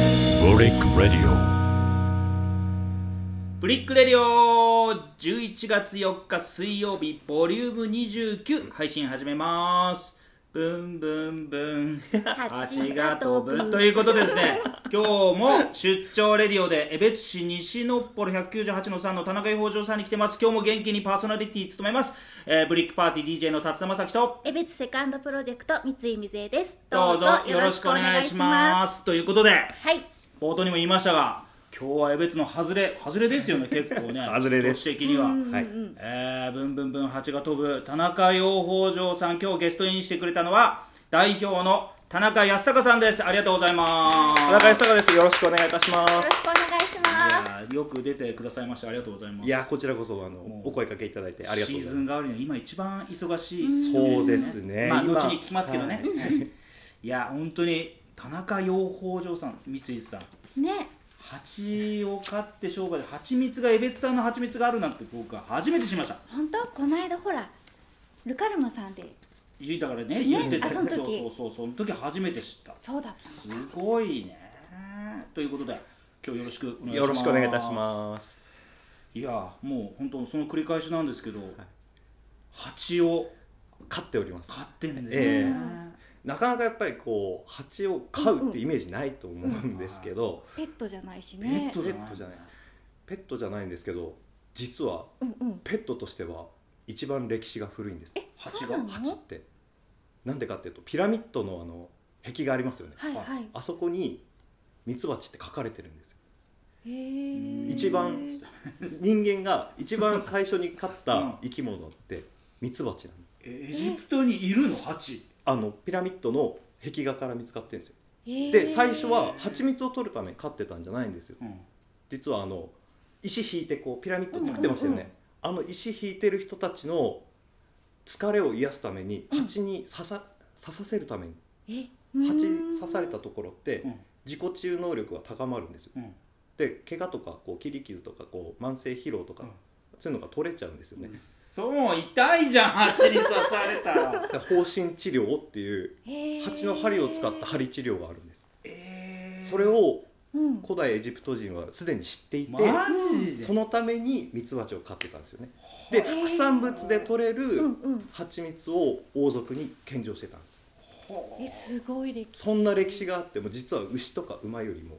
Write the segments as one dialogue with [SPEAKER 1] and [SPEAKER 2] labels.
[SPEAKER 1] リック・レディ
[SPEAKER 2] ブリックレディオ11月4日水曜日ボリューム29配信始めますブンブンブン蜂が飛ぶということでですね今日も出張レディオで江別市西のっぽろ198の3の田中洋城さんに来てます今日も元気にパーソナリティ務めます、えーブリックパーティー DJ の辰田正樹と
[SPEAKER 3] えべつセカンドプロジェクト三井瑞恵です
[SPEAKER 2] どうぞよろしくお願いしますということで
[SPEAKER 3] はい
[SPEAKER 2] 冒頭にも言いましたが今日は江別の外れ外れですよね結構ね
[SPEAKER 1] 外れです
[SPEAKER 2] 土地的には
[SPEAKER 1] オはい
[SPEAKER 2] えー、ブンブンブン蜂が飛ぶ田中養蜂場さん今日ゲストインしてくれたのは代表の田中康隆さんですありがとうございます
[SPEAKER 1] 田中康隆ですよろしくお願いいたしま
[SPEAKER 3] よろ
[SPEAKER 1] す
[SPEAKER 3] しくお願いします
[SPEAKER 2] いやよく出てくださいましてありがとうございます
[SPEAKER 1] いやこちらこそあの
[SPEAKER 2] もう
[SPEAKER 1] お声かけいただいてありがとうご
[SPEAKER 2] シー
[SPEAKER 1] ざい
[SPEAKER 2] ズ
[SPEAKER 1] ま
[SPEAKER 2] ン代わりには今一番忙しい
[SPEAKER 1] す
[SPEAKER 2] 時
[SPEAKER 1] そうですね
[SPEAKER 2] まあ後
[SPEAKER 1] 今
[SPEAKER 2] に聞きますけどね、 い、や本当に田中養蜂場さん三井さん
[SPEAKER 3] ね
[SPEAKER 2] 蜂を飼って商売で蜂蜜が江別さんの蜂蜜があるなんて僕は初めて知りました
[SPEAKER 3] 本当この間ほらルカルマさんで
[SPEAKER 2] 言いたからね言ってた
[SPEAKER 3] あその時
[SPEAKER 2] そうそうそうその時初めて知った
[SPEAKER 3] そうだったの
[SPEAKER 2] すごいねということで今日よろしくお願いします
[SPEAKER 1] すよろしくお願いいたします
[SPEAKER 2] いやもう本当その繰り返しなんですけど、蜂を
[SPEAKER 1] 飼っております
[SPEAKER 2] 飼ってんです
[SPEAKER 1] え
[SPEAKER 2] ね、
[SPEAKER 1] なかなかやっぱりこう蜂を飼うってイメージないと思うんですけど
[SPEAKER 3] ペットじゃないし
[SPEAKER 2] ペッ
[SPEAKER 3] ね
[SPEAKER 2] トじゃない
[SPEAKER 1] ペットじゃないペットじゃないんですけど実は
[SPEAKER 3] うんうん
[SPEAKER 1] ペットとしては一番歴史が古いんです
[SPEAKER 3] え
[SPEAKER 2] 蜂
[SPEAKER 3] そ
[SPEAKER 2] が
[SPEAKER 3] うなの
[SPEAKER 1] 蜂ってなんでかっていうとピラミッドのあの壁がありますよね
[SPEAKER 3] はいはい
[SPEAKER 1] あそこにミツバチって書かれてるんですよ
[SPEAKER 3] へー
[SPEAKER 1] 一番人間が一番最初に飼っ
[SPEAKER 2] うん
[SPEAKER 1] た生き物ってミツバチなの
[SPEAKER 2] えエジプトにいるの蜂
[SPEAKER 1] あのピラミッドの壁画から見つかってるんですよ
[SPEAKER 3] へー
[SPEAKER 1] で最初は蜂蜜を取るために飼ってたんじゃないんですよ
[SPEAKER 2] うん
[SPEAKER 1] 実はあの石引いてこうピラミッド作ってましたよね、あの石引いてる人たちの疲れを癒すために蜂に刺さ,、刺させるために
[SPEAKER 3] え
[SPEAKER 1] 蜂
[SPEAKER 3] うーん
[SPEAKER 1] 刺されたところって
[SPEAKER 2] うん
[SPEAKER 1] 自己治癒能力が高まるんですよ
[SPEAKER 2] うん
[SPEAKER 1] で怪我とかこう切り傷とかこう慢性疲労とか、
[SPEAKER 2] うん
[SPEAKER 1] そういうのが取れちゃうんですよね、
[SPEAKER 2] そう痛いじゃん蜂に刺された ら
[SPEAKER 1] で方針治療っていう
[SPEAKER 3] へー
[SPEAKER 1] 蜂の針を使った針治療があるんです、
[SPEAKER 2] えー
[SPEAKER 1] それを
[SPEAKER 3] うん
[SPEAKER 1] 古代エジプト人はすでに知っていて、
[SPEAKER 2] マジで
[SPEAKER 1] そのためにミツバチを飼ってたんですよねで
[SPEAKER 3] ー
[SPEAKER 1] 副産物で取れる
[SPEAKER 3] うんうん
[SPEAKER 1] 蜂蜜を王族に献上してたんです
[SPEAKER 2] ほう
[SPEAKER 3] えすごい歴史
[SPEAKER 1] そんな歴史があっても実は牛とか馬よりも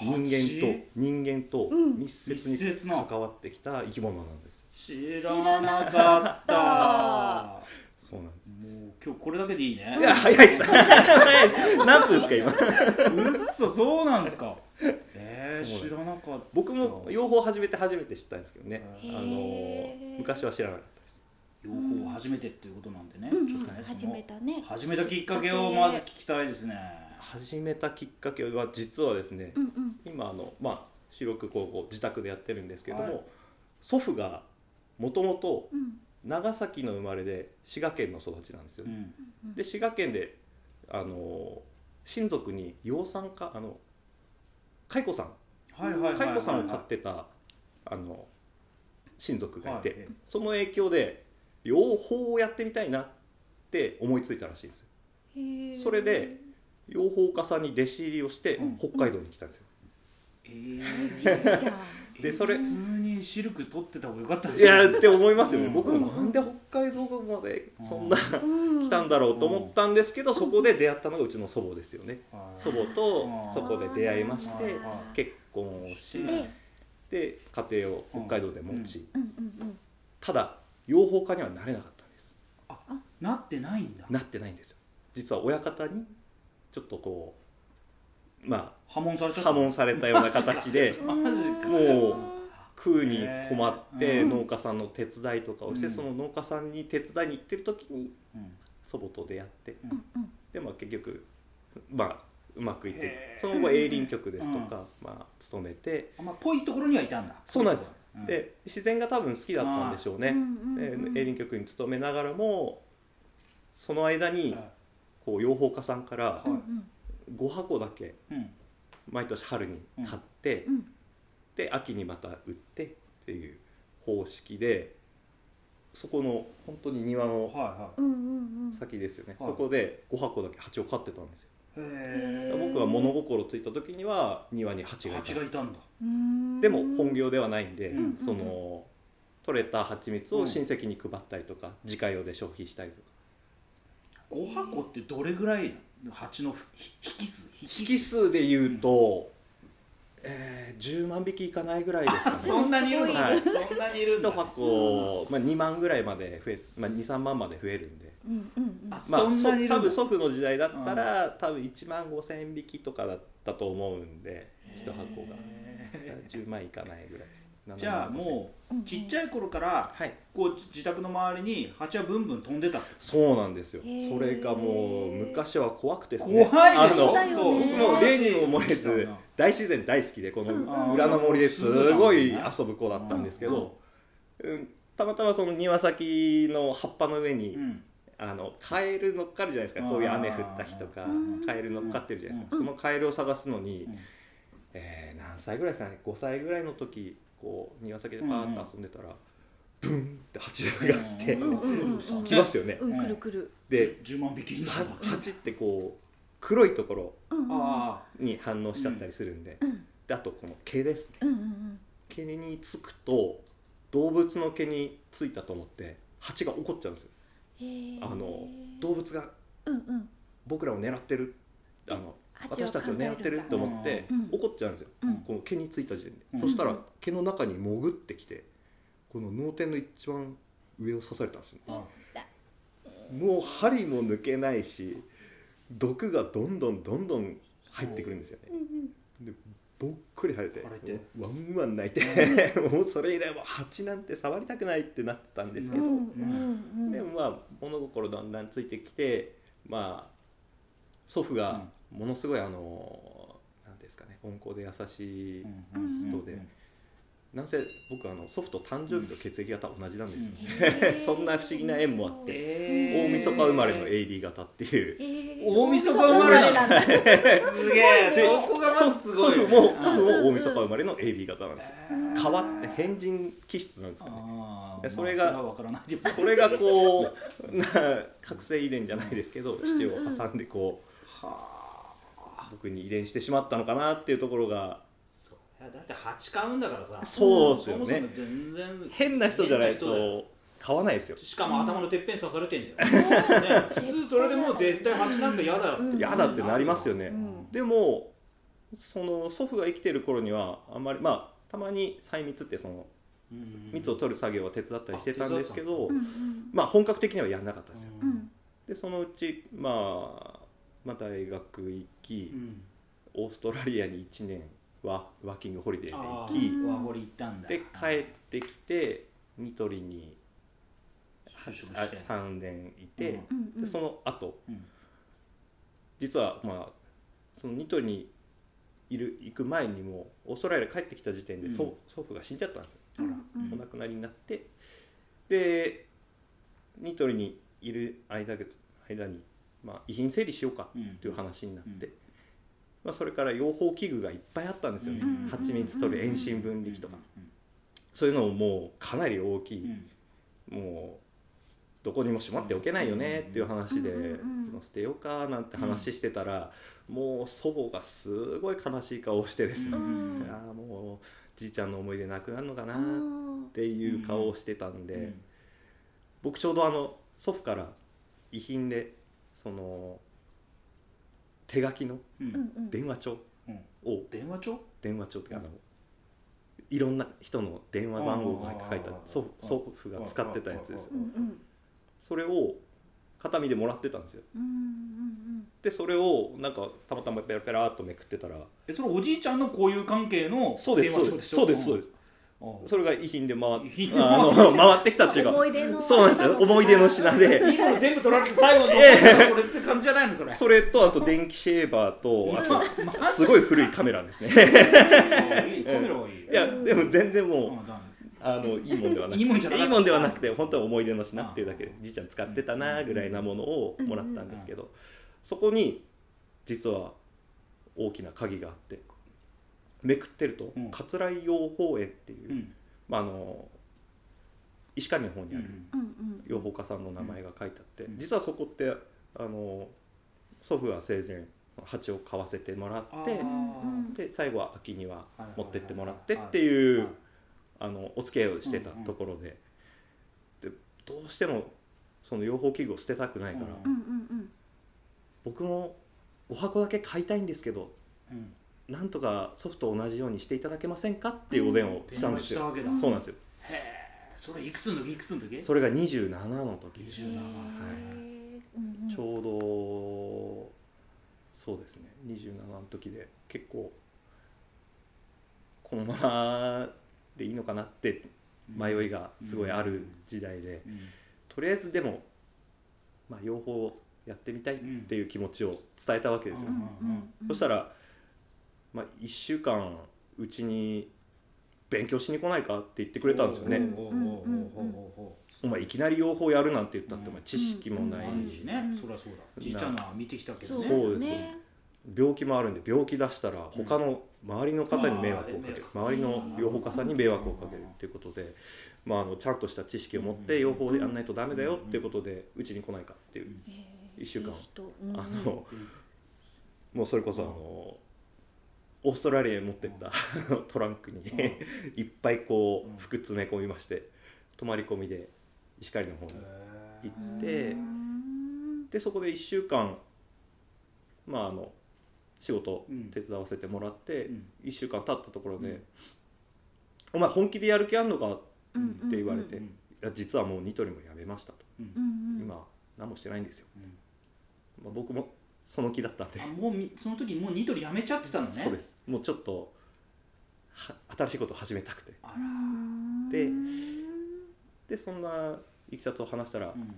[SPEAKER 1] 人間と
[SPEAKER 2] 蜂
[SPEAKER 1] 人間と
[SPEAKER 3] うん
[SPEAKER 1] 密
[SPEAKER 2] 密
[SPEAKER 1] 接
[SPEAKER 2] 接
[SPEAKER 1] に
[SPEAKER 2] な
[SPEAKER 1] 関わってきた生き物なんです
[SPEAKER 2] 知
[SPEAKER 3] ら
[SPEAKER 2] ら
[SPEAKER 3] な
[SPEAKER 2] な
[SPEAKER 3] か
[SPEAKER 2] か
[SPEAKER 3] っ
[SPEAKER 2] ったた
[SPEAKER 1] そうなんで
[SPEAKER 2] もう今日これだけでいいね
[SPEAKER 1] すいや早いっす早いっす何分ですか今
[SPEAKER 2] うっそそうなんですかえー、
[SPEAKER 1] そう
[SPEAKER 2] 知らなかった
[SPEAKER 1] 僕も養蜂始めて初めて知ったんですけどね
[SPEAKER 2] へ
[SPEAKER 1] あ
[SPEAKER 3] ー
[SPEAKER 1] の昔は知らなかったです
[SPEAKER 2] 養蜂を初めてっていうことなんでね、
[SPEAKER 3] うんうん
[SPEAKER 2] ちょっとねその
[SPEAKER 3] 始めたね
[SPEAKER 2] 始めたきっかけをまず聞きたいですね
[SPEAKER 1] 始めたきっかけは実はですね
[SPEAKER 3] うんうん
[SPEAKER 1] 今あのまあ収録こうこう自宅でやってるんですけども、
[SPEAKER 2] はい
[SPEAKER 1] 祖父がもともと
[SPEAKER 3] うん
[SPEAKER 1] 長崎の生まれで滋賀県の育ちなんですよ、
[SPEAKER 2] うん
[SPEAKER 1] で滋賀県であの親族に養蚕家あの蚕さん
[SPEAKER 2] はいはいはいはい
[SPEAKER 1] 蚕さんを飼ってたあの親族がいて、
[SPEAKER 2] はい
[SPEAKER 1] その影響で養蜂をやってみたいなって思いついたらしいんですよ
[SPEAKER 3] へー
[SPEAKER 1] それで養蜂家さんに弟子入りをして
[SPEAKER 2] うん
[SPEAKER 1] 北海道に来たんですよ、
[SPEAKER 2] え
[SPEAKER 3] 美味しい
[SPEAKER 2] ー
[SPEAKER 3] じ ゃん
[SPEAKER 1] でそれ
[SPEAKER 2] 普通にシルク取ってた方がよかったん
[SPEAKER 1] いや
[SPEAKER 2] ね
[SPEAKER 1] って思いますよね、
[SPEAKER 2] うん
[SPEAKER 1] 僕もなんで北海道までそんな
[SPEAKER 3] うん
[SPEAKER 1] 来たんだろうと思ったんですけど、そこで出会ったのがうちの祖母ですよね、
[SPEAKER 2] はい
[SPEAKER 1] 祖母と
[SPEAKER 2] うん
[SPEAKER 1] そこで出会いまして
[SPEAKER 2] うん
[SPEAKER 1] 結婚をし
[SPEAKER 2] うん
[SPEAKER 1] で家庭を北海道で持ち、
[SPEAKER 3] うんうん
[SPEAKER 1] ただ養蜂家にはなれなかったんです
[SPEAKER 2] なってないんだ
[SPEAKER 1] なってないんですよ実は親方にちょっとこうま
[SPEAKER 2] 破門されちゃ
[SPEAKER 1] あ
[SPEAKER 2] った
[SPEAKER 1] 破門されたような 形で
[SPEAKER 3] うん
[SPEAKER 2] マジか
[SPEAKER 1] もう食うに困って
[SPEAKER 2] うん
[SPEAKER 1] 農家さんの手伝いとかをして、
[SPEAKER 2] うん
[SPEAKER 1] その農家さんに手伝いに行ってる時に
[SPEAKER 2] うん
[SPEAKER 1] 祖母と出会って
[SPEAKER 3] うんうん
[SPEAKER 1] でまあ結局まあうまくいって
[SPEAKER 2] へー
[SPEAKER 1] その後営林局ですとか、まあ勤めて
[SPEAKER 2] あんまぽいところにはいたんだ
[SPEAKER 1] そうなんです、
[SPEAKER 2] うん
[SPEAKER 1] で自然が多分好きだったんでしょう
[SPEAKER 3] う
[SPEAKER 1] ね、
[SPEAKER 3] ん
[SPEAKER 1] で
[SPEAKER 3] うんうん
[SPEAKER 1] 営林局に勤めながらもその間にこう養蜂家さんから
[SPEAKER 3] うんうん
[SPEAKER 1] 5箱だけ
[SPEAKER 2] うん
[SPEAKER 1] 毎年春に買って、
[SPEAKER 3] うん
[SPEAKER 1] で秋にまた売ってっていう方式でそこの本当に庭の
[SPEAKER 2] はいは
[SPEAKER 3] うんうんうん
[SPEAKER 1] 先ですよね、
[SPEAKER 2] はい
[SPEAKER 1] そこで5箱だけ蜂を飼ってたんですよ
[SPEAKER 2] へ
[SPEAKER 3] へー
[SPEAKER 1] 僕は物心ついた時には庭に蜂
[SPEAKER 2] え
[SPEAKER 1] がいた
[SPEAKER 2] 蜂がいたんだ
[SPEAKER 3] うん
[SPEAKER 1] でも本業ではないんで、
[SPEAKER 2] うん
[SPEAKER 1] その取れた蜂蜜を親戚に配ったりとか、自家用で消費したりとか
[SPEAKER 2] 5箱ってどれぐらいの蜂のひ引き数引
[SPEAKER 1] 引き数で言うと、えー10万匹いかないぐらいですかね
[SPEAKER 2] そんなにいるの、
[SPEAKER 1] はい
[SPEAKER 2] そんなにいるんだ
[SPEAKER 1] 1箱、まあ、2万ぐらいまで増え、まあ、23万まで増えるんで、
[SPEAKER 3] うんうんうん
[SPEAKER 2] あ
[SPEAKER 1] ま
[SPEAKER 2] そ
[SPEAKER 1] あ、
[SPEAKER 2] んなにいるんだ
[SPEAKER 1] 多分祖父の時代だったら、多分1万5千匹とかだったと思うんで1箱が
[SPEAKER 2] へ
[SPEAKER 1] 10万いかないぐらいです
[SPEAKER 2] ーじゃあも
[SPEAKER 3] うんう
[SPEAKER 2] うんちっちゃい頃から
[SPEAKER 1] はい
[SPEAKER 2] こう自宅の周りに蜂はブンブン飛んでたって
[SPEAKER 1] そうなんですよ
[SPEAKER 3] へー
[SPEAKER 1] それがもう昔は怖くてです
[SPEAKER 2] 怖
[SPEAKER 1] ね
[SPEAKER 2] いでし
[SPEAKER 3] あ
[SPEAKER 2] ょ
[SPEAKER 3] のそう
[SPEAKER 1] あのもう例にも漏れず大自然大好きでこ
[SPEAKER 3] うん
[SPEAKER 1] の裏の森ですごい
[SPEAKER 2] うん
[SPEAKER 1] 遊ぶ子だったんですけど、うん、たまたまその庭先の葉っぱの上に、
[SPEAKER 2] うん
[SPEAKER 1] あのカエル乗っかるじゃないですかこういう雨降った日とか
[SPEAKER 3] うん
[SPEAKER 1] カエル乗っかってるじゃないですか、
[SPEAKER 3] うん
[SPEAKER 1] そのカエルを探すのに、
[SPEAKER 2] うん
[SPEAKER 1] えー何歳ぐらいですかね5歳ぐらいの時こう庭先でパーッと遊んでたら、ブンって蜂が来て、
[SPEAKER 3] うんうんうんうん
[SPEAKER 1] 来ますよね、
[SPEAKER 3] うんくるくる
[SPEAKER 1] で
[SPEAKER 2] 10万匹いるんだ
[SPEAKER 1] は蜂ってこう黒いところ
[SPEAKER 3] うんうんうん
[SPEAKER 2] あ
[SPEAKER 1] に反応しちゃったりするんで,、
[SPEAKER 3] うん
[SPEAKER 1] であとこの毛ですね
[SPEAKER 3] うんうん
[SPEAKER 1] 毛につくと動物の毛についたと思って蜂が怒っちゃうんですよ
[SPEAKER 3] へー
[SPEAKER 1] あの動物が
[SPEAKER 3] うんうん
[SPEAKER 1] 僕らを狙ってるあの
[SPEAKER 3] 蜂を
[SPEAKER 1] 私たちを狙ってると思って
[SPEAKER 3] うん
[SPEAKER 1] 怒っちゃうんですよ、
[SPEAKER 3] うん
[SPEAKER 1] この毛についた時点で、
[SPEAKER 2] うん
[SPEAKER 1] そしたら毛の中に潜ってきてこの脳天の一番上を刺されたんですよ
[SPEAKER 2] ああ
[SPEAKER 1] もう針も抜けないし毒がどんどんどんどん入ってくるんですよね、でぼっくり腫れて
[SPEAKER 2] 腫れて
[SPEAKER 1] ワンワン泣いて もうそれ以来もう蜂なんて触りたくないってなったんですけ
[SPEAKER 3] うん
[SPEAKER 1] ど、
[SPEAKER 3] うんうん
[SPEAKER 1] でもま あ物心だんだんついてきてまあ祖父がものすごいあの何ですかね温厚で優しい、人でなんせ僕あの祖父と誕生日と血液型同じなんですよ、
[SPEAKER 3] へー
[SPEAKER 1] そんな不思議な縁もあって
[SPEAKER 2] えー
[SPEAKER 1] 大晦日生まれの AB 型っていう
[SPEAKER 3] へー
[SPEAKER 2] 大晦日生まれな
[SPEAKER 3] 大晦日生まれなんだ
[SPEAKER 2] すげ
[SPEAKER 1] で
[SPEAKER 2] えそこがまずすごい
[SPEAKER 1] 祖
[SPEAKER 2] よ
[SPEAKER 1] 父
[SPEAKER 2] ね
[SPEAKER 1] も
[SPEAKER 2] うん
[SPEAKER 1] 祖父も大晦日生まれの AB 型なんですよ
[SPEAKER 2] うん
[SPEAKER 1] 変わって変人気質なんですかね
[SPEAKER 2] あー
[SPEAKER 1] でそれ
[SPEAKER 2] まあ
[SPEAKER 1] が
[SPEAKER 2] はわからないです
[SPEAKER 1] それがこう な覚醒遺伝じゃないですけど父を挟んでこ
[SPEAKER 2] は
[SPEAKER 1] う僕に遺伝してしまったのかなっていうところが
[SPEAKER 2] あだって八買うんだからさ
[SPEAKER 1] そうですよね
[SPEAKER 2] そもそも全然
[SPEAKER 1] 変な人じゃない
[SPEAKER 2] 変人だよ
[SPEAKER 1] と買わないですよ
[SPEAKER 2] しかも頭のてっぺん刺されてん だよ、ね、普通それでもう絶対蜂なんか嫌だよ
[SPEAKER 3] うん
[SPEAKER 1] 嫌だってなりますよね、
[SPEAKER 3] うん
[SPEAKER 1] でもその祖父が生きてる頃にはあんまりまあたまに細密ってその蜜を取る作業は手伝ったりしてたんですけど、
[SPEAKER 3] うんうん
[SPEAKER 1] まあ本格的にはやんなかったですよ、
[SPEAKER 3] うん
[SPEAKER 1] でそのうち、まあ、まあ大学行き、
[SPEAKER 2] うん
[SPEAKER 1] オーストラリアに1年ワワーキングホリデーで行
[SPEAKER 2] あ
[SPEAKER 1] き
[SPEAKER 2] ーワーホリ行ったんだ
[SPEAKER 1] で帰ってきてニトリに
[SPEAKER 2] 就職して
[SPEAKER 1] 3年いて、
[SPEAKER 2] うん
[SPEAKER 3] うんうん
[SPEAKER 1] でその後
[SPEAKER 2] うん
[SPEAKER 1] 実はまあそのニトリにいる行く前にもオーストラリア帰ってきた時点で、
[SPEAKER 2] うん
[SPEAKER 1] 祖祖父が死んじゃったんですよ、
[SPEAKER 2] ほら
[SPEAKER 3] うんうん
[SPEAKER 1] お亡くなりになってでニトリにいる間ぐ間に、まあ、遺品整理しようか
[SPEAKER 2] うん
[SPEAKER 1] っていう話になって、
[SPEAKER 2] うん
[SPEAKER 1] まあ、それから養蜂器具がいっぱいあったんですよね、
[SPEAKER 2] うん
[SPEAKER 1] 蜂蜜取る遠心分離器とか、そういうのをもうかなり大き
[SPEAKER 2] う
[SPEAKER 1] い、
[SPEAKER 2] ん
[SPEAKER 1] もうどこにもしまっておけないよねっていう話で、
[SPEAKER 3] うんうんうん
[SPEAKER 1] もう捨てようかなんて話してたら、もう祖母がすごい悲しい顔をしてですね、
[SPEAKER 3] うん
[SPEAKER 1] ああもうじいちゃんの思い出なくなるのかな
[SPEAKER 3] あ
[SPEAKER 1] っ
[SPEAKER 3] ー
[SPEAKER 1] ていう顔をしてたんで、
[SPEAKER 2] うん
[SPEAKER 1] 僕ちょうどあの祖父から遺品でその手書きの
[SPEAKER 2] うん
[SPEAKER 3] うんうん
[SPEAKER 1] 電話帳
[SPEAKER 2] うん
[SPEAKER 1] を
[SPEAKER 2] 電話帳
[SPEAKER 1] 電話帳ってあのいろんな人の電話番号が書いた
[SPEAKER 2] うん
[SPEAKER 1] 祖父祖父が使ってたやつです
[SPEAKER 2] う
[SPEAKER 3] うんん
[SPEAKER 2] う
[SPEAKER 3] うんん
[SPEAKER 1] それを片身でもらってたんですよ
[SPEAKER 3] うんうん
[SPEAKER 1] でそれをなんかたまたまペラペラっとめくってたら
[SPEAKER 2] えそれおじいちゃんの交友関係の
[SPEAKER 1] そうですそうですそうですそうですすそれが遺品で回っ
[SPEAKER 2] 遺品
[SPEAKER 1] ああの 回ってきたっていう
[SPEAKER 3] 思
[SPEAKER 1] か
[SPEAKER 3] い出の
[SPEAKER 1] そうなんですよ思い出の品で
[SPEAKER 2] い いもの全部取られて最後のこれって感じじゃないのそれ
[SPEAKER 1] それとあと電気シェーバーとあと
[SPEAKER 2] まあ
[SPEAKER 1] すごい古いカメラですね
[SPEAKER 2] いいカメラはいい
[SPEAKER 1] いやでも全然もう
[SPEAKER 2] うんだ
[SPEAKER 1] あのいいもんではなく
[SPEAKER 2] いいもんじゃなかった
[SPEAKER 1] ではなくて本当は思い出の品っていうだけでじいちゃん使ってたなぐらいなものをもらったんですけどそこに実は大きな鍵があってめくってると
[SPEAKER 2] うん
[SPEAKER 1] 桂井養蜂園っていう、
[SPEAKER 2] うん
[SPEAKER 1] まあ、あの石狩の方に
[SPEAKER 2] う
[SPEAKER 1] ある
[SPEAKER 2] ん
[SPEAKER 3] うんうん
[SPEAKER 1] 養蜂家さんの名前が書いてあって
[SPEAKER 2] うん
[SPEAKER 1] 実はそこってあの祖父は生前鉢を買わせてもらっ
[SPEAKER 2] で
[SPEAKER 1] てで最後は秋には持ってってもらってって
[SPEAKER 2] はい
[SPEAKER 1] い
[SPEAKER 2] はいう
[SPEAKER 1] あのお付き合いをしてたところででどうしてもその養蜂器具を捨てたくないから
[SPEAKER 2] うん
[SPEAKER 3] うんうん
[SPEAKER 1] 僕も5箱だけ買いたいんですけど
[SPEAKER 2] うん
[SPEAKER 1] なんとか祖父と同じようにしていただけませんかっていうお電話をしたんです
[SPEAKER 2] 電話し
[SPEAKER 1] よ
[SPEAKER 2] たわけだ
[SPEAKER 1] そうなんですよ
[SPEAKER 2] へえそれいくつの時いくつの時
[SPEAKER 1] それが27の時で
[SPEAKER 3] へ
[SPEAKER 1] す
[SPEAKER 2] 27
[SPEAKER 3] ーうんうん
[SPEAKER 1] ちょうどそうですね27の時で結構このままでいいのかなって迷いがすごいある時代で
[SPEAKER 2] うん
[SPEAKER 1] とりあえずでも、まあ、養蜂やってみたいっていう気持ちを伝えたわけですよ
[SPEAKER 3] う。んうんうん
[SPEAKER 1] そしたら、まあ、1週間うちに勉強しに来ないかって言ってくれたんですよね。
[SPEAKER 2] おうおうおうおうおうおう
[SPEAKER 1] お前いきなり養蜂やるなんて言ったってお
[SPEAKER 2] う
[SPEAKER 1] 前
[SPEAKER 2] ん
[SPEAKER 1] 知識もない
[SPEAKER 2] ないしね、
[SPEAKER 3] うん
[SPEAKER 2] そりゃそうだじいちゃんのは見てきたけどね
[SPEAKER 1] そう
[SPEAKER 3] だね
[SPEAKER 1] 病気もあるんで病気出したら他の周りの方に迷惑をかける
[SPEAKER 2] うん
[SPEAKER 1] 周りの養蜂家さんに迷惑をかけるっていうことで、まあ、あのちゃんとした知識を持って養蜂をやんないとダメだよっていうことでうちに来ないかっていう
[SPEAKER 2] うん
[SPEAKER 3] へー
[SPEAKER 1] 一週間
[SPEAKER 3] いい人うんうん
[SPEAKER 1] あのもうそれこそあのオーストラリアに持ってったトランクに いっぱいこ
[SPEAKER 2] うん
[SPEAKER 1] う服詰め込みまして泊まり込みで石狩の方に
[SPEAKER 2] へ
[SPEAKER 1] 行
[SPEAKER 2] ー
[SPEAKER 1] って
[SPEAKER 3] うん
[SPEAKER 1] でそこで1週間まああの仕事
[SPEAKER 2] うん
[SPEAKER 1] 手伝わせてもらって、
[SPEAKER 2] うん
[SPEAKER 1] 1週間経ったところで
[SPEAKER 2] う
[SPEAKER 1] 「
[SPEAKER 2] ん
[SPEAKER 1] お前本気でやる気あんのか?」
[SPEAKER 3] うんうん
[SPEAKER 1] って言われ
[SPEAKER 2] う
[SPEAKER 1] て
[SPEAKER 2] ん
[SPEAKER 1] いや実はもうニトリもやめました」と
[SPEAKER 3] うん
[SPEAKER 1] 「
[SPEAKER 3] うん
[SPEAKER 1] 今何もしてないんですよ
[SPEAKER 2] うん」
[SPEAKER 1] まあ、僕もその気だったんで
[SPEAKER 2] あもうみその時もうニトリやめちゃってたのね
[SPEAKER 1] そうですもうちょっとは新しいことを始めたくて
[SPEAKER 2] あら、
[SPEAKER 1] で
[SPEAKER 3] うん
[SPEAKER 1] でそんないきさつを話したら、
[SPEAKER 2] うん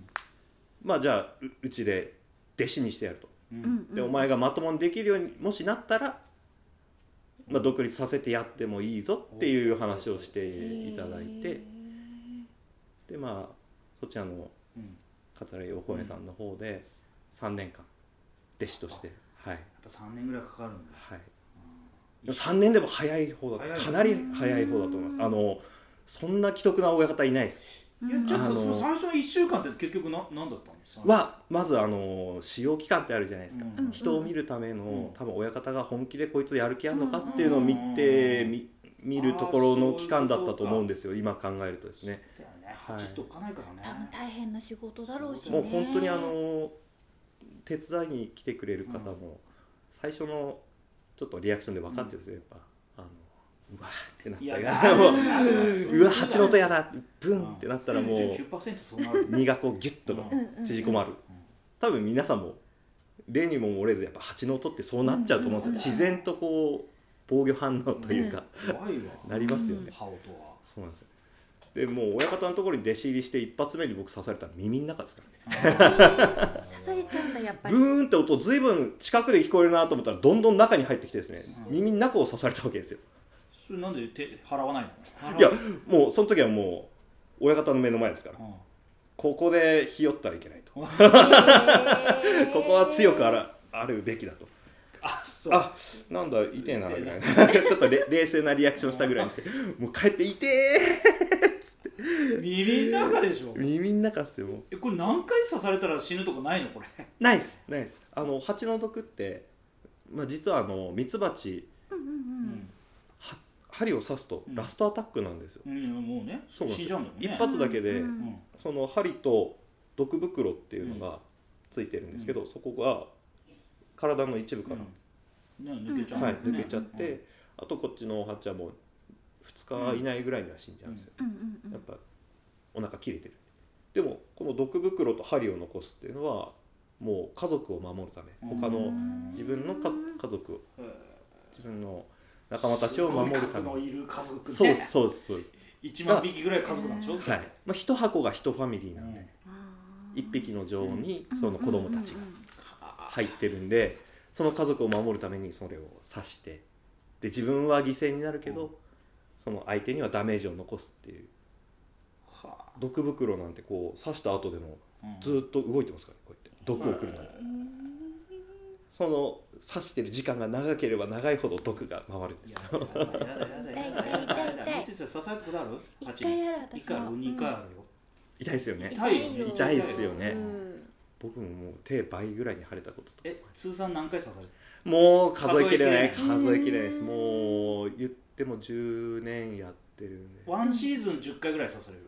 [SPEAKER 1] まあじゃあううちで弟子にしてやると
[SPEAKER 2] うん
[SPEAKER 3] うんうん
[SPEAKER 1] でお前がまともにできるようにもしなったら、まあ、独立させてやってもいいぞっていう話をしていただい
[SPEAKER 3] へ
[SPEAKER 1] て
[SPEAKER 3] ー
[SPEAKER 1] でまあそちらの
[SPEAKER 2] うん
[SPEAKER 1] 桂養蜂園さんの方で3年間弟子としてはい
[SPEAKER 2] やっぱ3年ぐらいかかるんだ
[SPEAKER 1] はいでも3年でも早い方だ
[SPEAKER 2] 早い
[SPEAKER 1] かなり早い方だと思いますあのそんな既得な親方いないです
[SPEAKER 2] いやじゃあ、
[SPEAKER 1] あ
[SPEAKER 2] そ
[SPEAKER 1] の
[SPEAKER 2] その最初の1週間って結局な何だったのさ
[SPEAKER 1] はまずあの使用期間ってあるじゃないですか、
[SPEAKER 2] うん
[SPEAKER 1] 人を見るための、
[SPEAKER 2] うん
[SPEAKER 1] 多分親方が本気でこいつやる気あんのかっていうのを見て、
[SPEAKER 2] うん
[SPEAKER 1] み見るところの期間だったと思うんですよ今考えるとですね
[SPEAKER 2] だよね
[SPEAKER 1] はい
[SPEAKER 2] ちょっと置かないからね、
[SPEAKER 3] 多分大変な仕事だろうしね
[SPEAKER 1] もう本当にあの手伝いに来てくれる方も最初のちょっとリアクションで分かってるんですよやっぱあのうわーってなっ
[SPEAKER 2] いや
[SPEAKER 1] た らもう
[SPEAKER 2] なる
[SPEAKER 1] うわ蜂の音やだブンってなった らもう
[SPEAKER 2] 99%そうなる
[SPEAKER 1] 身がこうギュッとこう
[SPEAKER 3] うんうん
[SPEAKER 1] 縮こまる多分皆さんも例にも漏れずやっぱ蜂の音ってそうなっちゃうと思うんですよ自然とこう防御反応というか
[SPEAKER 2] 怖いわ
[SPEAKER 1] なりますよね
[SPEAKER 2] 歯音は
[SPEAKER 1] そうなんですよでもう親方のところに弟子入りして一発目に僕刺されたら耳の中ですからね
[SPEAKER 3] 刺されちゃうんだやっぱり
[SPEAKER 1] ブーンって音ずいぶん近くで聞こえるなと思ったらどんどん中に入ってきてですね
[SPEAKER 2] うん
[SPEAKER 1] 耳の中を刺されたわけですよ
[SPEAKER 2] それなんで手払わないの
[SPEAKER 1] いやもうその時はもう親方の目の前ですから
[SPEAKER 2] 払わ
[SPEAKER 1] ここでひよったらいけないとこ
[SPEAKER 3] へー
[SPEAKER 1] こは強くあらあるべきだと
[SPEAKER 2] あそう
[SPEAKER 1] あなんだ痛えなぐらいなちょっとれ冷静なリアクションしたぐらいにしてもう帰って痛え
[SPEAKER 2] 耳の中でしょ
[SPEAKER 1] 耳の中っすよもう
[SPEAKER 2] えこれ何回刺されたら死ぬとかないのこれ
[SPEAKER 1] ないっすないっすあの蜂の毒って、まあ、実はあのミツバチ
[SPEAKER 3] うんうんうん
[SPEAKER 1] は針を刺すとラストアタックなんですよ、
[SPEAKER 2] うん、もうね
[SPEAKER 1] そうなん
[SPEAKER 2] 死
[SPEAKER 1] で
[SPEAKER 2] ん
[SPEAKER 1] す
[SPEAKER 2] じゃう
[SPEAKER 1] よ
[SPEAKER 2] んだもんね
[SPEAKER 1] 一発だけで、
[SPEAKER 3] うん
[SPEAKER 2] うん
[SPEAKER 1] その針と毒袋っていうのがついてるんですけど、そこが体の一部から、
[SPEAKER 2] うんね抜けちゃう、
[SPEAKER 1] はい、
[SPEAKER 2] ね
[SPEAKER 1] 抜けちゃって、あとこっちのおはちはもう2日以内ぐらいには死んじゃうんですよ、
[SPEAKER 3] うんうんうん
[SPEAKER 1] やっぱお腹切れてるでもこの毒袋と針を残すっていうのはもう家族を守るため
[SPEAKER 2] うん
[SPEAKER 1] 他
[SPEAKER 2] う
[SPEAKER 1] の
[SPEAKER 2] ん
[SPEAKER 1] 自分のか家族を
[SPEAKER 2] うん
[SPEAKER 1] 自分の仲間たちを守るた
[SPEAKER 2] すごい数
[SPEAKER 1] め
[SPEAKER 2] のいる家族
[SPEAKER 1] そう
[SPEAKER 2] ね
[SPEAKER 1] ですそうですそうです
[SPEAKER 2] 1万匹ぐらい家族なんでしょ
[SPEAKER 1] はい、まあ、一箱が一ファミリーなんで、
[SPEAKER 2] うん
[SPEAKER 3] あー
[SPEAKER 1] 一匹の女王にその子供たち
[SPEAKER 3] う
[SPEAKER 1] が
[SPEAKER 3] んうんうん
[SPEAKER 1] 入ってるんでその家族を守るためにそれを刺してで自分は犠牲になるけど、
[SPEAKER 2] うん
[SPEAKER 1] その相手にはダメージを残すっていう
[SPEAKER 2] は
[SPEAKER 1] 毒袋なんてこう刺した後でも
[SPEAKER 2] あうん
[SPEAKER 1] ずっと動いてますからねこうやって毒を送るのに、その刺してる時間が長ければ長いほど毒が回るんで
[SPEAKER 2] い
[SPEAKER 1] す
[SPEAKER 2] や
[SPEAKER 1] よ
[SPEAKER 2] やだやだやだやだやだもう先生刺されたことある
[SPEAKER 3] 一回ある
[SPEAKER 2] 一
[SPEAKER 3] 私
[SPEAKER 2] 回ある
[SPEAKER 3] も
[SPEAKER 2] 二回あるよ
[SPEAKER 1] 痛いですよね
[SPEAKER 2] 痛いよね
[SPEAKER 1] 痛いっすよね
[SPEAKER 3] うん
[SPEAKER 1] 僕ももう手倍ぐらいに腫れたことと
[SPEAKER 2] え通算何回刺され
[SPEAKER 1] もう数えきれない
[SPEAKER 3] 数
[SPEAKER 1] 数
[SPEAKER 3] え
[SPEAKER 1] え
[SPEAKER 3] き
[SPEAKER 1] き
[SPEAKER 3] れな
[SPEAKER 1] れないいですもう言っても10年やってるんで
[SPEAKER 2] たワンシーズン10回ぐらい刺される